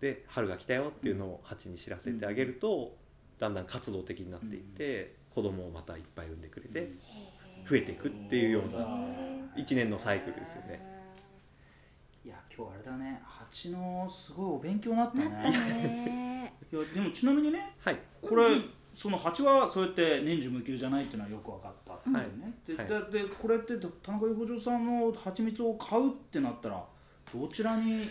[SPEAKER 1] で春が来たよっていうのを蜂に知らせてあげるとだんだん活動的になっていって子供をまたいっぱい産んでくれて増えていくっていうような1年のサイクルですよね。
[SPEAKER 2] いや今日あれだね蜂のすごいお勉強になった
[SPEAKER 3] な
[SPEAKER 2] ね
[SPEAKER 3] ったね
[SPEAKER 2] いやでもちなみにね
[SPEAKER 1] はい
[SPEAKER 2] これ、その蜂はそうやって年中無休じゃないっていうのはよく分かったっていうね、
[SPEAKER 1] はい
[SPEAKER 2] でででこれって田中幸雄さんの蜂蜜を買うってなったらどちらに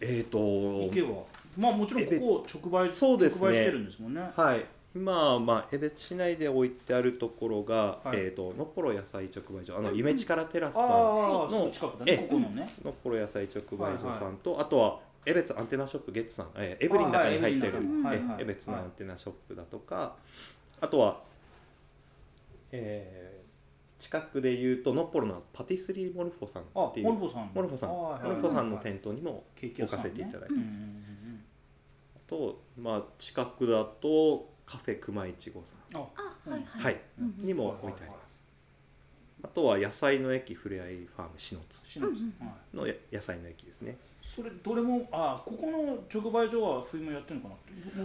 [SPEAKER 1] えー
[SPEAKER 2] 行
[SPEAKER 1] と
[SPEAKER 2] けばまあもちろんここ直売
[SPEAKER 1] そうですね
[SPEAKER 2] 直売してるんですもんね
[SPEAKER 1] はい、今、まあ、江別市内で置いてあるところが、
[SPEAKER 2] はい
[SPEAKER 1] えー、とのっぽろ野菜直売所あの夢力テラスさん
[SPEAKER 2] ああ
[SPEAKER 1] の
[SPEAKER 2] すぐ近くだね
[SPEAKER 1] え
[SPEAKER 2] ここのね
[SPEAKER 1] のっぽろ野菜直売所さんと、あとは江別アンテナショップゲッツさん、えーエブリンの中に入ってる
[SPEAKER 2] あはいエブリンの中にはい
[SPEAKER 1] え
[SPEAKER 2] はい
[SPEAKER 1] 江別のアンテナショップだとかあとは、えー近くで言うとのっぽろのパティスリーモルフォさん
[SPEAKER 2] あ
[SPEAKER 1] っていう
[SPEAKER 2] モルフォさん
[SPEAKER 1] モルフォさん
[SPEAKER 2] あはい
[SPEAKER 1] モルフォさんの
[SPEAKER 2] はい
[SPEAKER 1] 店頭にも
[SPEAKER 2] ケーキ
[SPEAKER 1] 置
[SPEAKER 2] 屋さ
[SPEAKER 1] か
[SPEAKER 2] ん
[SPEAKER 1] せ
[SPEAKER 2] ね
[SPEAKER 1] ていただいて、
[SPEAKER 2] うんうんうん
[SPEAKER 1] あと、まあ、近くだとカフェ熊いちごさん
[SPEAKER 2] うんあ
[SPEAKER 3] あはいはい
[SPEAKER 1] はい、
[SPEAKER 2] うん
[SPEAKER 1] にも置いてあります、あとは野菜の駅ふれあいファーム篠津
[SPEAKER 2] シナプス
[SPEAKER 3] うん
[SPEAKER 2] はい
[SPEAKER 1] のや野菜の駅ですね
[SPEAKER 2] それどれもあここの直売所は冬もやってるのか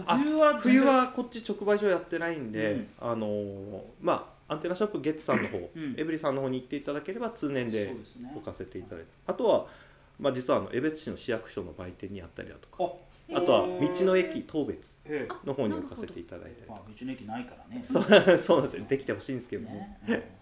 [SPEAKER 2] な
[SPEAKER 1] あ
[SPEAKER 2] もう冬は全然
[SPEAKER 1] 冬はこっち直売所やってないんで、
[SPEAKER 2] うん
[SPEAKER 1] あのーまあアンテナショップゲッツさんの方、
[SPEAKER 2] ん
[SPEAKER 1] エブリさんの方に行っていただければ通年で
[SPEAKER 2] そうですね
[SPEAKER 1] 置かせていただいて、あとは、まあ、実はあの江別市の市役所の売店にあったりだとかあとは道の駅当別
[SPEAKER 2] へえ
[SPEAKER 1] の方に置かせていただいたりと
[SPEAKER 2] まあ
[SPEAKER 1] か
[SPEAKER 2] 道の駅ないからね
[SPEAKER 1] そう そうなんですよできてほしいんですけどね
[SPEAKER 2] ね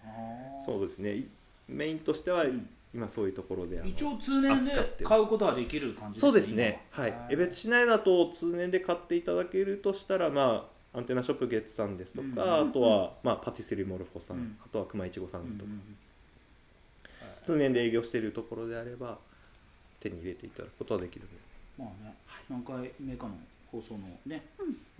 [SPEAKER 2] うん
[SPEAKER 1] そうですねいメインとしては
[SPEAKER 2] ん
[SPEAKER 1] 今そういうところであの
[SPEAKER 2] 一応通年で
[SPEAKER 1] 扱ってる
[SPEAKER 2] 買うことはできる感じ
[SPEAKER 1] そうですね、
[SPEAKER 2] 今
[SPEAKER 1] はい、江別市内だと通年で買っていただけるとしたら、まあ、アンテナショップゲッツさんですとか、
[SPEAKER 2] う
[SPEAKER 1] あとは、まあ、パティスリーモルフォさん、
[SPEAKER 2] うん
[SPEAKER 1] あとは熊いちごさん
[SPEAKER 2] うんうん
[SPEAKER 1] と
[SPEAKER 2] う
[SPEAKER 1] か、
[SPEAKER 2] ん
[SPEAKER 1] 通年で営業しているところであれば手に入れていただくことはできるんで
[SPEAKER 2] まあね何回目かの放送のね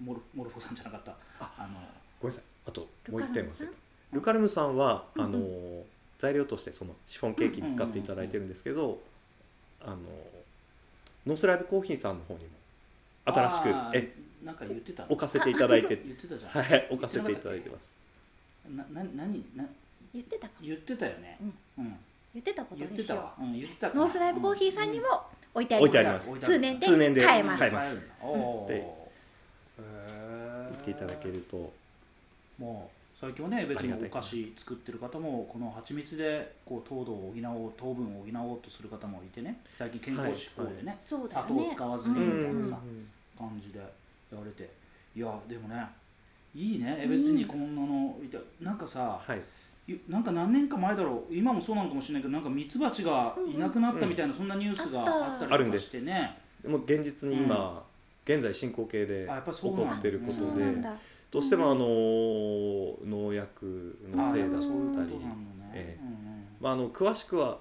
[SPEAKER 2] モルモルフォさんじゃなかったあの
[SPEAKER 1] ごめんなさいあと
[SPEAKER 3] ル
[SPEAKER 1] もう
[SPEAKER 3] カ
[SPEAKER 1] 一
[SPEAKER 3] ルム
[SPEAKER 1] 点忘れ
[SPEAKER 3] さん
[SPEAKER 1] たルカルムさんは、あのー材料としてそのシフォンケーキに使っていただいてるんですけど、あのーノースライブコーヒーさんの方にも新しく
[SPEAKER 2] あー
[SPEAKER 1] え
[SPEAKER 2] なんか言ってた
[SPEAKER 1] 置かせていただいて
[SPEAKER 2] 言ってたじゃん、
[SPEAKER 1] はい置かせていただいてます
[SPEAKER 2] なな何な
[SPEAKER 3] 言ってたか
[SPEAKER 2] 言ってたよね
[SPEAKER 3] うん、
[SPEAKER 2] うん、
[SPEAKER 3] 言ってたこと
[SPEAKER 2] 言っ
[SPEAKER 3] に
[SPEAKER 2] て
[SPEAKER 3] したよ
[SPEAKER 2] わ、うん、言ってたか
[SPEAKER 3] う
[SPEAKER 2] な
[SPEAKER 3] ノースライブコーヒーさんにも置いてあり
[SPEAKER 1] 置いてあり
[SPEAKER 3] ま
[SPEAKER 1] ますす
[SPEAKER 2] 置いてあ
[SPEAKER 3] 通年で
[SPEAKER 1] 通年で
[SPEAKER 3] 買えます
[SPEAKER 1] 買えます
[SPEAKER 2] おー
[SPEAKER 1] で
[SPEAKER 2] へ
[SPEAKER 1] 行
[SPEAKER 2] ー
[SPEAKER 1] っていただけると
[SPEAKER 2] もう最近はね別
[SPEAKER 1] あり
[SPEAKER 2] に
[SPEAKER 1] がた
[SPEAKER 2] お
[SPEAKER 1] い
[SPEAKER 2] 菓子作ってる方もこの蜂蜜でこう糖度を補おう糖分を補おうとする方もいてね最近健康志向でね、
[SPEAKER 3] そうだ
[SPEAKER 2] 砂
[SPEAKER 3] よ
[SPEAKER 2] 糖を
[SPEAKER 3] ね
[SPEAKER 2] 使わずに
[SPEAKER 1] う
[SPEAKER 2] み
[SPEAKER 1] ん
[SPEAKER 2] たいなさ、
[SPEAKER 1] うん
[SPEAKER 2] 感じでやれていやでもねいいねえ別にこんなの、いたなんかさ、
[SPEAKER 1] はい
[SPEAKER 2] ゆなんか何年か前だろう今もそうなのかもしれないけどなんかミツバチがいなくなったみたいな、そんなニュースが
[SPEAKER 3] あった
[SPEAKER 2] あった
[SPEAKER 1] あ
[SPEAKER 2] り
[SPEAKER 1] る
[SPEAKER 2] と
[SPEAKER 1] ん
[SPEAKER 2] か
[SPEAKER 1] で
[SPEAKER 2] し
[SPEAKER 1] す
[SPEAKER 2] てね
[SPEAKER 1] でも現実に今現在進行形で
[SPEAKER 2] あやっぱ
[SPEAKER 1] 起
[SPEAKER 2] そうなん
[SPEAKER 1] こ
[SPEAKER 2] だ
[SPEAKER 1] っているこ
[SPEAKER 3] そう
[SPEAKER 1] と
[SPEAKER 3] な
[SPEAKER 1] で
[SPEAKER 3] んだ
[SPEAKER 1] どうしてもあのー農薬の
[SPEAKER 2] あ
[SPEAKER 1] せい
[SPEAKER 2] や
[SPEAKER 1] だ
[SPEAKER 2] っ
[SPEAKER 1] っ
[SPEAKER 2] ぱそういうことなの
[SPEAKER 1] たり
[SPEAKER 2] ね、
[SPEAKER 1] ええ
[SPEAKER 2] う
[SPEAKER 1] まああの詳しくは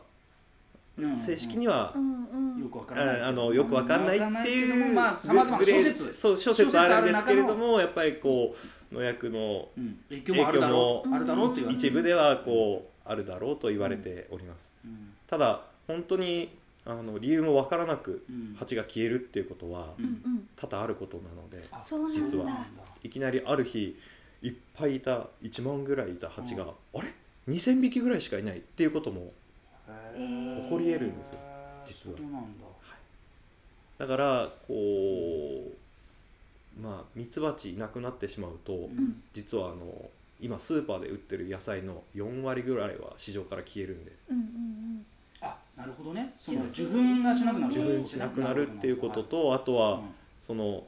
[SPEAKER 2] んうんうん
[SPEAKER 1] 正式には
[SPEAKER 3] うんうん
[SPEAKER 2] よくわからないけど
[SPEAKER 1] ああのよくわかんないって
[SPEAKER 2] わかんなけど
[SPEAKER 1] い
[SPEAKER 2] も
[SPEAKER 1] う
[SPEAKER 2] まあさまざまな
[SPEAKER 1] グレ
[SPEAKER 2] 諸
[SPEAKER 1] ー
[SPEAKER 2] 説
[SPEAKER 1] そう諸説あるんですけれど
[SPEAKER 2] 諸説
[SPEAKER 1] もやっぱりこう農薬の
[SPEAKER 2] ある中のうん影響
[SPEAKER 1] 影
[SPEAKER 2] もあるだ
[SPEAKER 1] 響
[SPEAKER 2] ろうあるだろうって言
[SPEAKER 1] も
[SPEAKER 2] われて
[SPEAKER 1] 一部ではこうあるだろうと言われております
[SPEAKER 2] うん
[SPEAKER 1] ただ本当にあの理由もわからなく
[SPEAKER 2] うん
[SPEAKER 1] 蜂が消えるっていうことは
[SPEAKER 2] う
[SPEAKER 3] うんんうん
[SPEAKER 1] 多々あることなので
[SPEAKER 2] あ
[SPEAKER 3] そうなんだ
[SPEAKER 1] 実はいきなりある日いっぱいいた1万ぐらいいた蜂が、あれ2,000匹ぐらいしかいないっていうことも
[SPEAKER 2] へ
[SPEAKER 3] 起
[SPEAKER 1] こり得るんですよ実は
[SPEAKER 2] そうなんだ
[SPEAKER 1] だからこうまあミツバチいなくなってしまうと、
[SPEAKER 2] うん
[SPEAKER 1] 実はあの今スーパーで売ってる野菜の4割ぐらいは市場から消えるんで
[SPEAKER 3] うんうん
[SPEAKER 2] あなるほどねその受
[SPEAKER 3] 受粉
[SPEAKER 2] 粉がしなくなる
[SPEAKER 1] 自分しなくなるっていうこととあと
[SPEAKER 2] は
[SPEAKER 1] は
[SPEAKER 2] うん
[SPEAKER 1] その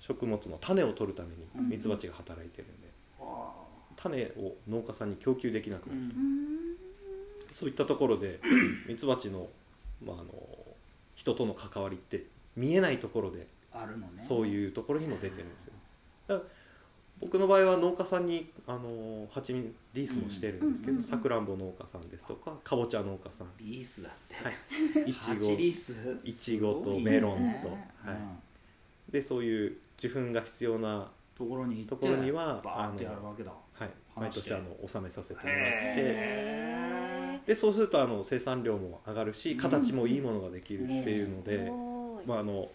[SPEAKER 1] 食物の種を取るため
[SPEAKER 2] うん
[SPEAKER 1] にミツバチが働いてるんで
[SPEAKER 2] あ
[SPEAKER 1] 種を農家さんに供給できなく
[SPEAKER 2] ー
[SPEAKER 1] な
[SPEAKER 2] う
[SPEAKER 1] る
[SPEAKER 3] うんん
[SPEAKER 1] そういったとこ ろでミツバチの,、まあ、あの人との関わりって見えないところで、
[SPEAKER 2] あるのね
[SPEAKER 1] そういうところにも出てるんですよ。だから僕の場合は農家さんにあの蜂蜜リースもしてるんですけ
[SPEAKER 3] うんうんうんう
[SPEAKER 1] ど
[SPEAKER 3] ん
[SPEAKER 1] さくらんぼ農家さんですとかかぼちゃ農家 さん
[SPEAKER 2] リースだって
[SPEAKER 1] い
[SPEAKER 2] ハ
[SPEAKER 1] ち
[SPEAKER 2] チリ
[SPEAKER 1] ご
[SPEAKER 2] ス
[SPEAKER 1] いちごとメロンと
[SPEAKER 2] ね
[SPEAKER 1] はい
[SPEAKER 2] うん
[SPEAKER 1] でそういう受粉が必要な、
[SPEAKER 2] ところに行って
[SPEAKER 1] ところには
[SPEAKER 2] バーって
[SPEAKER 1] あ
[SPEAKER 2] や
[SPEAKER 1] の
[SPEAKER 2] るわけだ
[SPEAKER 1] はい、毎
[SPEAKER 2] 話して
[SPEAKER 1] 年あの納めさせてもらって
[SPEAKER 2] へ
[SPEAKER 1] でそうするとあの生産量も上がるし形もいいものができるっていうので。
[SPEAKER 3] すごい
[SPEAKER 1] まああの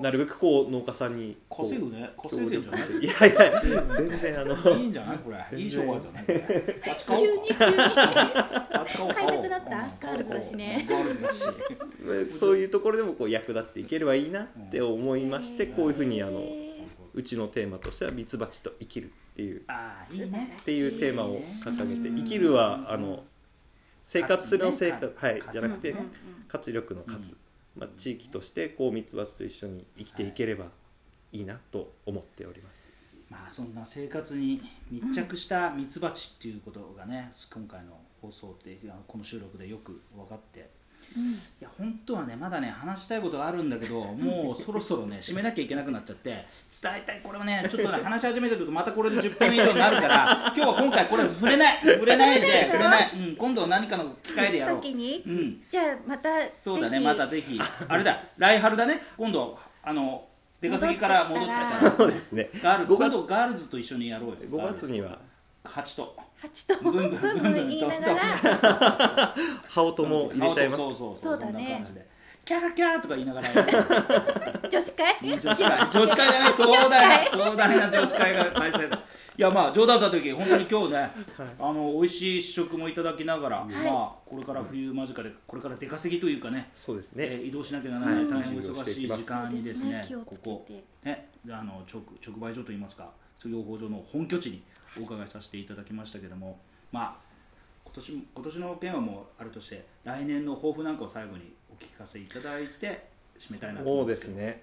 [SPEAKER 1] なるべくこう農家さんにこう
[SPEAKER 2] 稼ぐね稼いでんじゃない
[SPEAKER 1] 協力いやいや全然 あの
[SPEAKER 2] いいんじゃないこれ
[SPEAKER 1] 全然
[SPEAKER 2] いい商売じゃないこれバチ買お
[SPEAKER 3] 急
[SPEAKER 2] う
[SPEAKER 3] に
[SPEAKER 2] か
[SPEAKER 3] 急に
[SPEAKER 2] バチ買おうか
[SPEAKER 3] 買いたくなった
[SPEAKER 2] うん
[SPEAKER 3] ガールズだしね
[SPEAKER 2] ガールズだし
[SPEAKER 1] そういうところでもこう役立っていければいいなって思いまして、こういうふうにあの
[SPEAKER 3] へ
[SPEAKER 1] うちのテーマとしては「ミツバチと生きる」っていう
[SPEAKER 2] ああいい
[SPEAKER 3] ー
[SPEAKER 2] ね
[SPEAKER 1] っていうテーマを掲げて「生きるは」あの生活するの生活、はい、じゃなくて
[SPEAKER 2] うんうん
[SPEAKER 1] 活力の活、まあ、地域としてこうミツバチと一緒に生きていければいいなと思っております。
[SPEAKER 2] まあそんな生活に密着したミツバチっていうことがね、今回の放送であのこの収録でよく分かって、いや本当はねまだね話したいことがあるんだけどもうそろそろね締めなきゃいけなくなっちゃって伝えたいこれはねちょっとね話し始めてるとまたこれで10分以上になるから今日は今回これ触れない触れないで触れない、うん、今度は何かの機会でやろう。
[SPEAKER 3] 時に
[SPEAKER 2] うん
[SPEAKER 3] じゃあまた
[SPEAKER 2] そうだね
[SPEAKER 3] ぜひ
[SPEAKER 2] またぜひあれだ来春だね今度あの出稼ぎから戻ってきたら
[SPEAKER 1] そうですね
[SPEAKER 2] ガール
[SPEAKER 1] 5
[SPEAKER 2] 今
[SPEAKER 1] 月
[SPEAKER 2] 度ガールズと一緒にやろうよ
[SPEAKER 1] 5月には
[SPEAKER 2] 8と
[SPEAKER 3] 蜂とブンブン言いながら
[SPEAKER 1] 羽音も入れちゃいます
[SPEAKER 2] そうそうそう
[SPEAKER 3] そうだね
[SPEAKER 2] んな感じでキャーキャーとか言いな がらやる
[SPEAKER 3] 女子会
[SPEAKER 2] 女子会女子会だね壮大な壮大な女子会が開催さいやまあ冗談さとき本当に今日ね、あの美味しい試食もいただきながら、まあこれから冬間近でこれから出稼ぎというかね、
[SPEAKER 1] そうです
[SPEAKER 2] え
[SPEAKER 1] ね。
[SPEAKER 2] ー移動しなきゃならない、
[SPEAKER 1] はい
[SPEAKER 2] 大変お忙しい時間にですね
[SPEAKER 3] そうですね
[SPEAKER 2] こ
[SPEAKER 3] 気を
[SPEAKER 2] こ
[SPEAKER 3] つけて
[SPEAKER 2] ねあの直直売所といいますか養蜂場の本拠地にお伺いさせていただきましたけども、まあ今年も今年の件はもうあれとして来年の抱負なんかを最後にお聞かせいただいて締めたいなと思い
[SPEAKER 1] そ
[SPEAKER 2] うま
[SPEAKER 1] ですす
[SPEAKER 2] けど
[SPEAKER 1] ね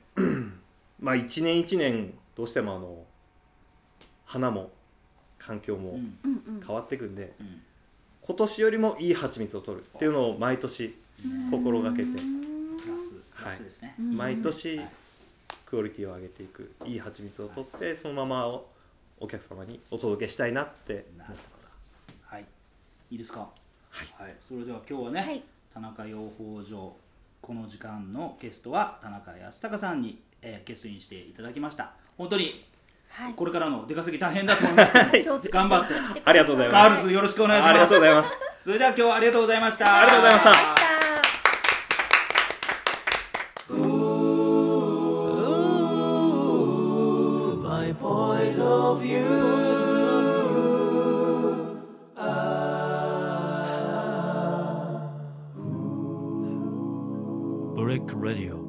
[SPEAKER 1] まあ一年一年どうしてもあの花も環境も
[SPEAKER 2] うん
[SPEAKER 3] うんうん
[SPEAKER 1] 変わっていくんで、
[SPEAKER 2] うん
[SPEAKER 1] 今年よりもいい蜂蜜を取るっていうのを毎年心がけて
[SPEAKER 2] プラス
[SPEAKER 1] はい
[SPEAKER 2] プラスですね、
[SPEAKER 3] ん
[SPEAKER 1] 毎年
[SPEAKER 2] はい
[SPEAKER 1] クオリティを上げていくいい蜂蜜を取ってそのままおお客様にお届けしたいなって
[SPEAKER 2] なるほ
[SPEAKER 1] 思っ
[SPEAKER 2] ど
[SPEAKER 1] てます。
[SPEAKER 2] はいいいですかは
[SPEAKER 1] はい
[SPEAKER 2] い、それでは今日はね、
[SPEAKER 3] はい
[SPEAKER 2] 田中養蜂場この時間のゲストは田中康隆さんに、えー、ゲストインしていただきました本当に
[SPEAKER 3] はい
[SPEAKER 2] これからの出稼ぎ大変だと思いますけど
[SPEAKER 3] 気をつけ
[SPEAKER 2] 頑張って
[SPEAKER 3] 行く
[SPEAKER 1] ありがとうございます
[SPEAKER 2] ガールズよろしくお願いし
[SPEAKER 1] あり
[SPEAKER 2] ま
[SPEAKER 1] がとう
[SPEAKER 2] す
[SPEAKER 1] ございます。
[SPEAKER 2] それでは今日はありがとうございました
[SPEAKER 1] ありがとうございました
[SPEAKER 3] ありがとうございました
[SPEAKER 2] 「
[SPEAKER 5] ブレイクレディオ